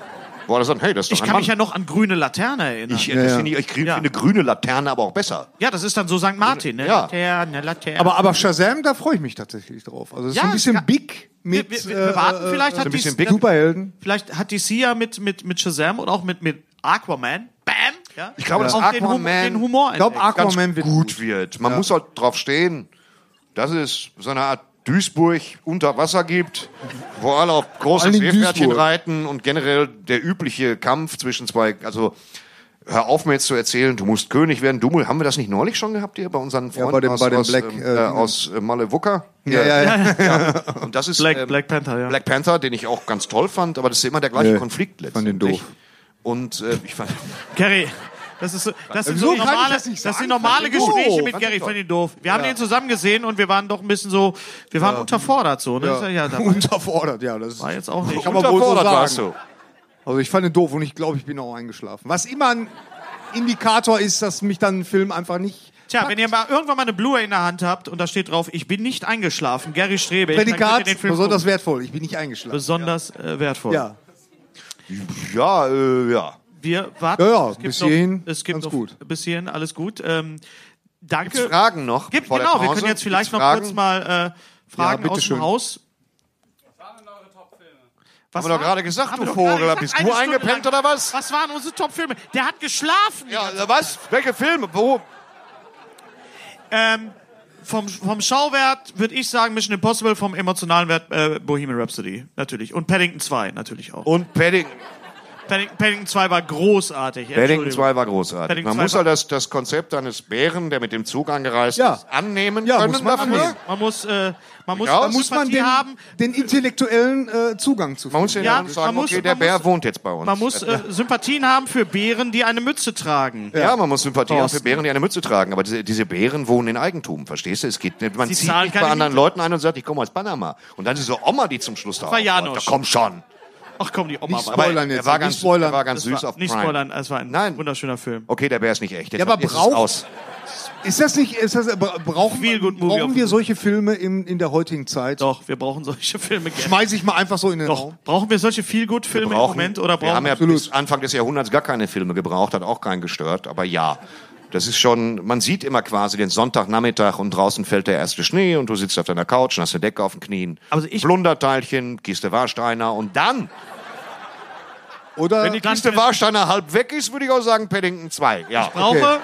Wo alle sagen, hey, das ist doch
Ich
ein
kann
Mann.
mich ja noch an grüne Laterne erinnern.
ich, äh, das finde ich, ich kriege
Ja.
eine grüne Laterne aber auch besser.
ja, das ist dann so St. Martin, ne?
Ja.
Laterne, Laterne.
Aber, aber Shazam, da freue ich mich tatsächlich drauf. Also, das ist
Ja,
ein bisschen
es kann-
big mit,
wir, wir, wir warten,
äh,
vielleicht, hat
ein bisschen
die,
big.
Superhelden.
vielleicht hat DC ja mit, mit, mit Shazam und auch mit, mit Aquaman, bam, ja?
Ich glaube, dass
auch den, Humor,
Aquaman-
den Humor
Ich glaube,
entdeckt.
Aquaman wird
gut wird. Man muss halt drauf stehen, dass es so eine Art Duisburg unter Wasser gibt, wo alle auf große
allen Dingen
Seepferdchen
Duisburg.
reiten und generell der übliche Kampf zwischen zwei, also hör auf mir jetzt zu erzählen, du musst König werden. Dummel, haben wir das nicht neulich schon gehabt hier bei unseren Freunden
bei dem-
aus,
bei dem
aus,
Black,
ähm,
äh,
äh, aus äh, Malewucker?
Ja, ja, ja.
Und das ist
Black-
ähm,
Black Panther, ja.
Black Panther, den ich auch ganz toll fand, aber das ist immer der gleiche Konflikt
fand den
letztendlich. Und äh, ich fand
Gary. Das, ist so, das sind so,
Wieso kann ich
normale,
das
das
nicht
sind
sagen?
normale
Fand ich doof.
Gespräche mit
Fand
Gary.
ich
Fand ihn doof. Wir haben den zusammen gesehen und wir waren doch ein bisschen so, wir waren unterfordert so. Ne? Ja. Ja, da
unterfordert, ja. Das
war jetzt auch nicht.
Kann man wohl so
Unterfordert
sagen.
warst du.
Also ich fand ihn doof und ich glaube, ich bin auch eingeschlafen. Was immer ein Indikator ist, dass mich dann ein Film einfach nicht.
Tja, wenn ihr mal irgendwann mal eine Blu-ray in der Hand habt und da steht drauf, ich bin nicht eingeschlafen, Gary Strebe, dann könnt ihr
Prädikat
den Film
besonders
gucken.
wertvoll. Ich bin nicht eingeschlafen.
besonders äh, wertvoll.
Ja.
Ja, äh, ja.
Wir warten.
Ja, ja,
es gibt
bis
noch,
hierhin
Es gibt
ganz
noch,
gut.
Bis hierhin alles gut. Ähm, danke.
Gibt's Fragen noch?
Gibt,
vor der
genau, wir
Pause?
können jetzt vielleicht
Gibt's
noch
Fragen?
kurz mal äh, Fragen
bitte
aus dem
schön.
Haus. Was
Haben wir doch
waren-
gerade gesagt,
haben
du
wir doch
Vogel.
gerade
Bist
gesagt,
du
eine Stunde
eingepennt
lang.
oder was?
Was waren unsere Top-Filme? Der hat geschlafen.
Ja, äh, was? Welche Filme? Wo?
Ähm, Vom, vom Schauwert würde ich sagen Mission Impossible, vom emotionalen Wert äh, Bohemian Rhapsody, natürlich. Und Paddington 2, natürlich auch.
Und Paddington.
Padding, Paddington 2 war großartig.
Paddington
Entschuldigung.
2 war großartig.
Paddington
Man
2
muss
war-
halt das, das Konzept eines Bären, der mit dem Zug angereist
Ja.
ist, annehmen
Ja,
können
muss man
dafür.
annehmen.
Man muss, äh, man muss,
Ja,
ja,
da
Muss man den,
haben.
den intellektuellen äh, Zugang zu
Man muss den
Ja,
Leuten sagen,
man muss-
okay, der
man muss-
Bär wohnt jetzt bei uns.
Man muss äh, Sympathien haben für Bären, die eine Mütze tragen.
ja, man muss Sympathie haben für
Thorsten.
Bären, die eine Mütze tragen. Aber diese, diese Bären wohnen in Eigentum, verstehst du? Es geht nicht. Man
Sie
zieht
zahlen
nicht bei
keine
anderen
Miete.
Leuten ein und sagt, ich komme aus Panama. Und dann ist so Oma, die zum Schluss da
war
aufläuft.
Janosch.
Da komm schon.
Ach komm, die Oma
Nicht
war.
Aber
Spoilern
er
jetzt,
war
nicht
ganz,
spoilern.
er war ganz süß
war-
auf
Nicht
Prime.
spoilern, es war ein
Nein.
wunderschöner Film.
Okay, der Bär ist nicht echt. Jetzt
Ja, aber
ist es
braucht-
aus.
Ist das nicht, ist das, bra- brauchen,
Feel good movie auf
brauchen wir
dem-
solche Filme in, in der heutigen Zeit?
Doch, wir brauchen solche Filme gerne.
Schmeiß ich mal einfach so in den
Doch,
Raum.
brauchen wir solche viel gut
Wir
Filme im
brauchen-
Moment oder
wir
brauchen
haben ja
wir
bis Anfang des Jahrhunderts gar keine Filme gebraucht, hat auch keinen gestört, aber ja. Das ist schon, man sieht immer quasi den Sonntagnachmittag und draußen fällt der erste Schnee und du sitzt auf deiner Couch und hast eine Decke auf den Knien.
Also ich-
Plunderteilchen, Kiste Warsteiner und dann,
Oder?
wenn die Kiste Warsteiner halb weg ist, würde ich auch sagen Paddington 2. Ja.
brauche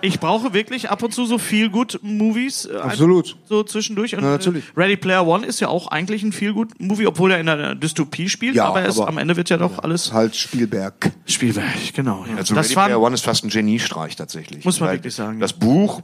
ich brauche wirklich ab und zu so viel gut Movies äh,
Absolut.
einfach so zwischendurch und
Na, natürlich.
Äh, Ready Player One ist ja auch eigentlich ein viel gut Movie, obwohl er in einer Dystopie spielt,
Ja,
aber, es,
aber-
am Ende wird ja doch alles
halt Spielberg.
Spielwerk, genau. Ja.
Also
das
Ready
waren
Player One ist fast ein Geniestreich tatsächlich.
Muss man
Weil
wirklich sagen,
Das Buch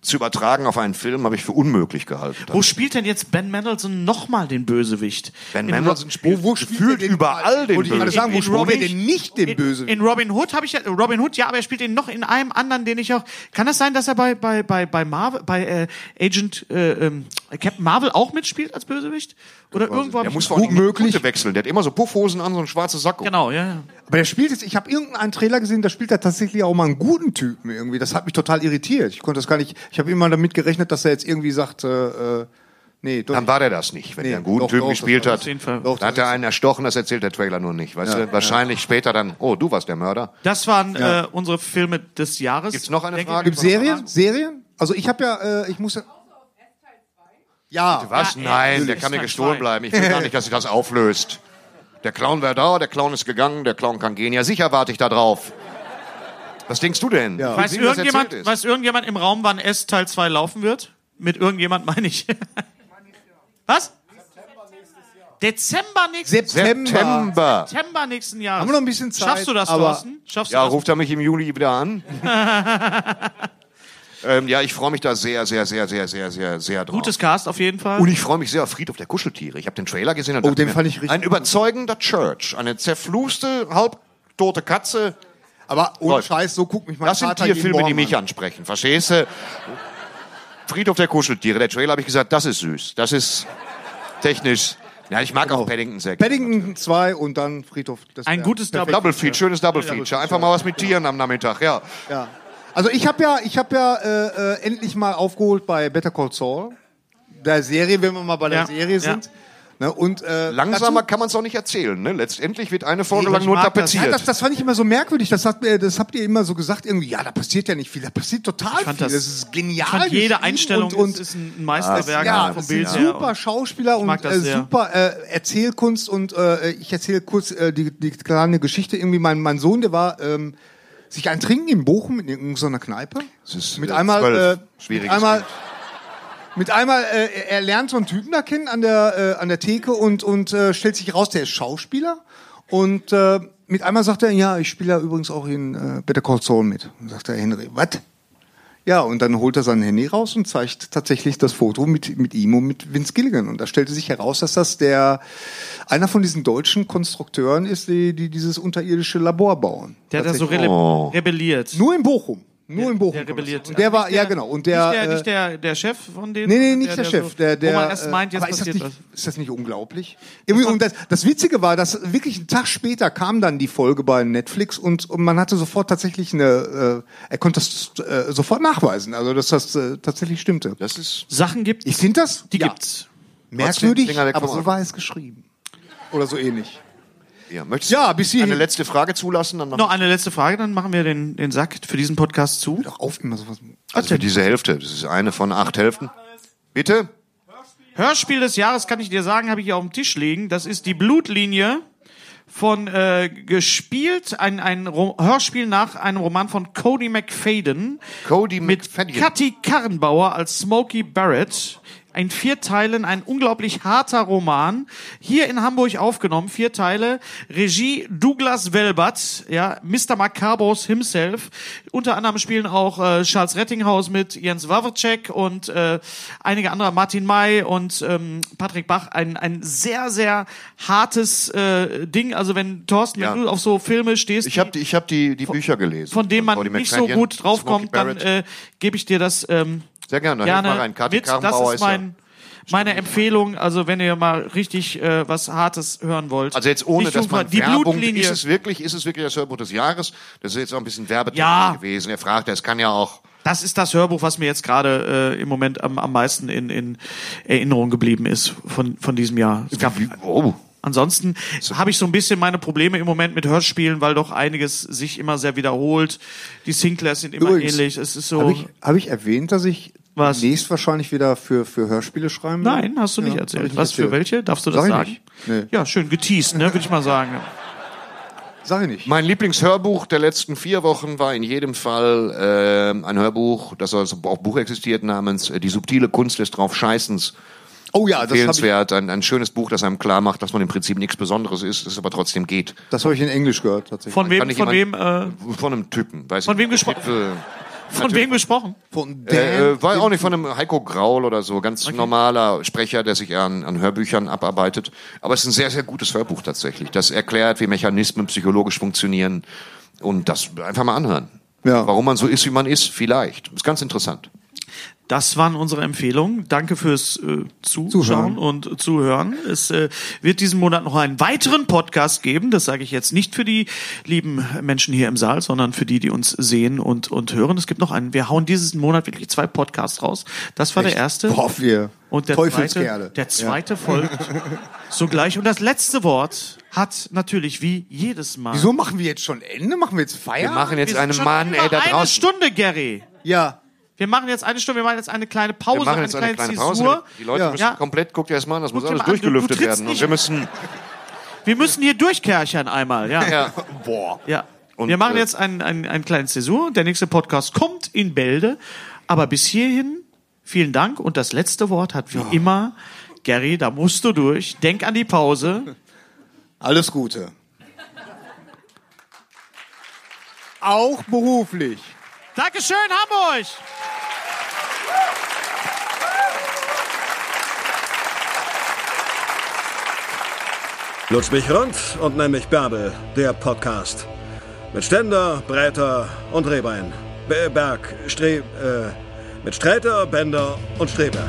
zu übertragen auf einen Film habe ich für unmöglich gehalten.
wo spielt denn jetzt Ben Mendelsohn nochmal den Bösewicht?
Ben
In
Mendelsohn spielt gefühlt überall den
Wollte ich gerade
Bösewicht.
sagen, wo
In
spielt er
Robin-
denn nicht den
In, in
Bösewicht?
Robin Hood habe ich ja, Robin Hood, ja, aber er spielt ihn noch in einem anderen, den ich auch. Kann das sein, dass er bei bei bei bei Marvel, bei äh, Agent äh, ähm, Captain Marvel auch mitspielt als Bösewicht? Oder irgendwo? hab
Der
ich-
muss vor allem
möglich.
möglich wechseln. Der hat immer so Puffhosen an, so einen schwarzen Sack.
Genau, ja. ja.
Aber der spielt jetzt, ich habe irgendeinen Trailer gesehen, da spielt er tatsächlich auch mal einen guten Typen irgendwie. Das hat mich total irritiert. Ich konnte das gar nicht, ich habe immer damit gerechnet, dass er jetzt irgendwie sagt, äh, äh, nee, doch.
Dann war der das nicht, wenn
Nee,
er einen guten
doch,
Typen
doch,
gespielt
das war
hat.
auf jeden Fall.
Doch,
Dann hat er einen erstochen, das erzählt der Trailer nur nicht. Weißt du? Wahrscheinlich später dann, oh, du warst der Mörder.
Das waren äh, unsere Filme des Jahres.
Gibt's noch eine
Denke
Frage?
ich-
Gibt Serien? Serien? Also ich habe ja, äh, ich muss ja. Ja,
Was?
Ja,
Nein,
er-
der
ist
kann mir
halt
gestohlen
frei.
bleiben. Ich will gar nicht, dass sich das auflöst. Der Clown wäre da, der Clown ist gegangen, der Clown kann gehen. Ja, sicher warte ich da drauf. Was denkst du denn? Ja.
Weiß irgendjemand, weiß irgendjemand im Raum, wann S Teil 2 laufen wird? Mit irgendjemand meine ich. Was? Dezember nächsten
September.
September.
September nächsten Jahres.
Haben wir noch ein bisschen Zeit,
Schaffst du das,
aber-
Thorsten? Schaffst
Ja,
du das?
ruft er mich im Juli wieder an? ähm, ja, ich freue mich da sehr, sehr, sehr, sehr, sehr, sehr, sehr drauf.
Gutes Cast auf jeden Fall.
Und ich freue mich sehr auf Friedhof der Kuscheltiere. Ich habe den Trailer gesehen. Und
Oh,
dachte
den
mir,
fand ich richtig
Ein überzeugender Church. Eine zerfluste, halbtote Katze.
aber ohne
Läuft.
Scheiß, so guckt mich mein
Das sind
Vater jeden
Tierfilme, die
Morgen
mich
an.
ansprechen. Verstehst du? Friedhof der Kuscheltiere. Der Trailer habe ich gesagt, das ist süß. Das ist technisch. Ja, ich mag auch Paddington 6.
Genau. Paddington 2 und dann Friedhof. des
Ein
Bären.
gutes Double.
Double Feature, schönes Double Feature. Einfach mal was mit Tieren am Nachmittag, ja.
Ja. Also ich habe ja, ich habe ja äh, äh, endlich mal aufgeholt bei Better Call Saul, der Serie, wenn wir mal bei der
Ja,
Serie
ja.
sind. Ne, und äh,
Langsamer
dazu-
kann man es auch nicht erzählen. Ne? Letztendlich wird eine Folge
Nee,
lang
ich
nur
mag das.
tapeziert.
Ja, das, das fand ich immer so merkwürdig. Das, hat, mir- das habt ihr immer so gesagt, irgendwie, ja, da passiert ja nicht viel. Da passiert total
fand
viel.
das-
Das ist genial.
Ich fand jede
geschrieben
Einstellung
und, und,
ist, ist ein Meisterwerk
ja,
genau, vom
das
Bild
sind
her.
super Schauspieler
mag
und
das
äh,
sehr.
super äh, Erzählkunst und äh, ich erzähle kurz äh, die, die kleine Geschichte. Irgendwie mein, mein Sohn, der war ähm, sich ein Trinken in Bochum in irgendeiner Kneipe.
ist,
mit
äh,
einmal,
zwölf.
äh, mit
Schwieriges
einmal,
Kind.
mit einmal äh, er lernt so einen Typen da kennen an der äh, an der Theke und und äh, stellt sich raus, der ist Schauspieler und äh, mit einmal sagt er, ja, ich spiele ja übrigens auch in äh, Better Call Saul mit. Und sagt er, Henry, was? Ja, und dann holt er sein Handy raus und zeigt tatsächlich das Foto mit, mit ihm und mit Vince Gilligan. Und da stellte sich heraus, dass das der, einer von diesen deutschen Konstrukteuren ist, die, die dieses unterirdische Labor bauen.
Der hat da so rebe- rebelliert.
Nur in Bochum. Nur in Bochum.
der
kommt das.
rebelliert.
Und der
Also
war,
nicht
ja
der-
genau. Und der,
nicht der,
äh,
nicht der, der Chef von denen?
Nee, nee,
sondern
nicht der, Chef.
so-
Der, der,
wo man erst
äh,
meint, jetzt
aber ist
passiert
das
was.
nicht, Ist das nicht unglaublich? Irgendwie, und das, das Witzige war, dass wirklich einen Tag später kam dann die Folge bei Netflix und, und man hatte sofort tatsächlich eine, äh, er konnte das äh, sofort nachweisen, also dass das äh, tatsächlich stimmte.
Das ist
Sachen gibt
Ich finde das
Die
ja,
gibt's.
merkwürdig,
Trotzdem, Klinger, der
aber
Kamera.
so war es geschrieben. Oder so ähnlich.
ja, möchtest
Ja,
du
bis hierhin.
eine letzte Frage zulassen? Dann machen
Noch eine letzte Frage, dann machen wir den, den Sack für diesen Podcast zu.
Doch auf immer sowas.
also für diese Hälfte. Das ist eine von acht Hälften. Bitte?
Hörspiel des Jahres kann ich dir sagen, habe ich hier auf dem Tisch liegen. Das ist die Blutlinie von äh, gespielt, ein, ein Ro Hörspiel nach einem Roman von Cody McFadden.
Cody
mit
McFadden.
Kathy Karrenbauer als Smokey Barrett. Ein vier Teilen, ein unglaublich harter Roman. Hier in Hamburg aufgenommen, vier Teile. Regie Douglas Welbert, ja, Mr. Macabros himself. Unter anderem spielen auch äh, Charles Rettinghaus mit Jens Wawrcek und äh, einige andere, Martin May und ähm, Patrick Bach. Ein, ein sehr, sehr hartes äh, Ding. Also wenn Thorsten,
Ja.
wenn du auf so Filme stehst,
Ich habe die, ich hab die, die Bücher gelesen.
von dem man
Cody
nicht so
McFadden,
gut
Smokey
draufkommt, dann
Barrett.
äh, gebe ich dir das ähm,
Sehr gerne, hilf mal
gerne
rein. Kati
mit. Das
Karrenbauer
ist
ist ja-
mein, meine Empfehlung. Also wenn ihr mal richtig äh, was Hartes hören wollt.
Also jetzt ohne,
Nicht
dass
Jungfrau-
man
die
Werbung,
Blutlinie.
ist es wirklich, ist es wirklich das Hörbuch des Jahres? Das ist jetzt auch ein bisschen Werbethema
Ja.
gewesen. Er fragt, es kann ja auch,
das ist das Hörbuch, was mir jetzt gerade äh, im Moment am, am meisten in, in Erinnerung geblieben ist von, von diesem Jahr. Es gab,
oh,
Ansonsten habe ich so ein bisschen meine Probleme im Moment mit Hörspielen, weil doch einiges sich immer sehr wiederholt. Die Sinclairs sind immer
Übrigens,
ähnlich. Es ist so.
Habe ich, hab ich erwähnt, dass ich
Was?
nächst wahrscheinlich wieder für, für Hörspiele schreiben will?
Nein, hast du nicht
Hm? Ja, hab
erzählt.
ich nicht
Was für
erzählt.
welche? Darfst du das
Sag
sagen?
ich nicht.
Ja, schön geteased, ne, würde ich mal sagen.
Sag ich nicht.
Mein Lieblingshörbuch der letzten vier Wochen war in jedem Fall ähm, ein Hörbuch, das also auch Buch existiert, namens äh, Die subtile Kunst des Draufscheißens.
Oh ja, das habe ich,
Empfehlenswert, ein, ein schönes Buch, das einem klar macht, dass man im Prinzip nichts Besonderes ist, es aber trotzdem geht.
das hab ich in Englisch gehört tatsächlich.
Von
Kann
wem,
ich
von wem,
jemand-
äh,
Von einem Typen. Weiß
Von
ich
wem
nicht.
gesprochen?
Titel-
von wem gesprochen?
Von
Äh,
Dan
äh, war auch nicht von einem Heiko Graul oder so, ganz normaler Sprecher, der sich an, an Hörbüchern abarbeitet. Aber es ist ein sehr, sehr gutes Hörbuch tatsächlich. Das erklärt, wie Mechanismen psychologisch funktionieren und das einfach mal anhören.
Ja.
Warum man so ist, wie man ist, vielleicht. Ist ganz interessant.
Das waren unsere Empfehlungen. Danke fürs äh, Zuschauen
Zuhören.
und Zuhören. Es äh, wird diesen Monat noch einen weiteren Podcast geben. Das sage ich jetzt nicht für die lieben Menschen hier im Saal, sondern für die, die uns sehen und, und hören. Es gibt noch einen. Wir hauen diesen Monat wirklich zwei Podcasts raus. Das war der erste.
Boah, wir
Und der
Teufelskerle.
zweite, der zweite folgt sogleich. Und das letzte Wort hat natürlich wie jedes Mal.
Wieso machen wir jetzt schon Ende? Machen wir jetzt
Wir
Feierabend?
machen jetzt
Wir sind
einen
schon
Mann,
über
ey, da
eine
draußen.
Stunde, Gary.
ja.
Wir machen jetzt eine Stunde, wir machen jetzt eine kleine Pause,
Wir machen jetzt eine kleine Pause. Die Leute
Ja.
müssen
Ja.
komplett, guckt ihr erst mal an, das muss
Guck dir
alles
mal an, du- du
durchgelüftet
trittst
werden. Und
nicht.
wir müssen,
Wir müssen hier durchkerchern einmal, ja. ja.
ja. Boah. Und,
wir machen
äh,
jetzt einen, einen, einen kleinen Zäsur. Der nächste Podcast kommt in Bälde. Aber bis hierhin, vielen Dank. Und das letzte Wort hat wie immer Gary, da musst du durch. Denk an die Pause.
Alles Gute. Auch beruflich.
Dankeschön, Hamburg!
Lutsch mich rund und nenn mich Bärbel, der Podcast. Mit Ständer, Breiter und Rehbein. Be Berg, Stre... Äh, mit Streiter, Bender und Streberg.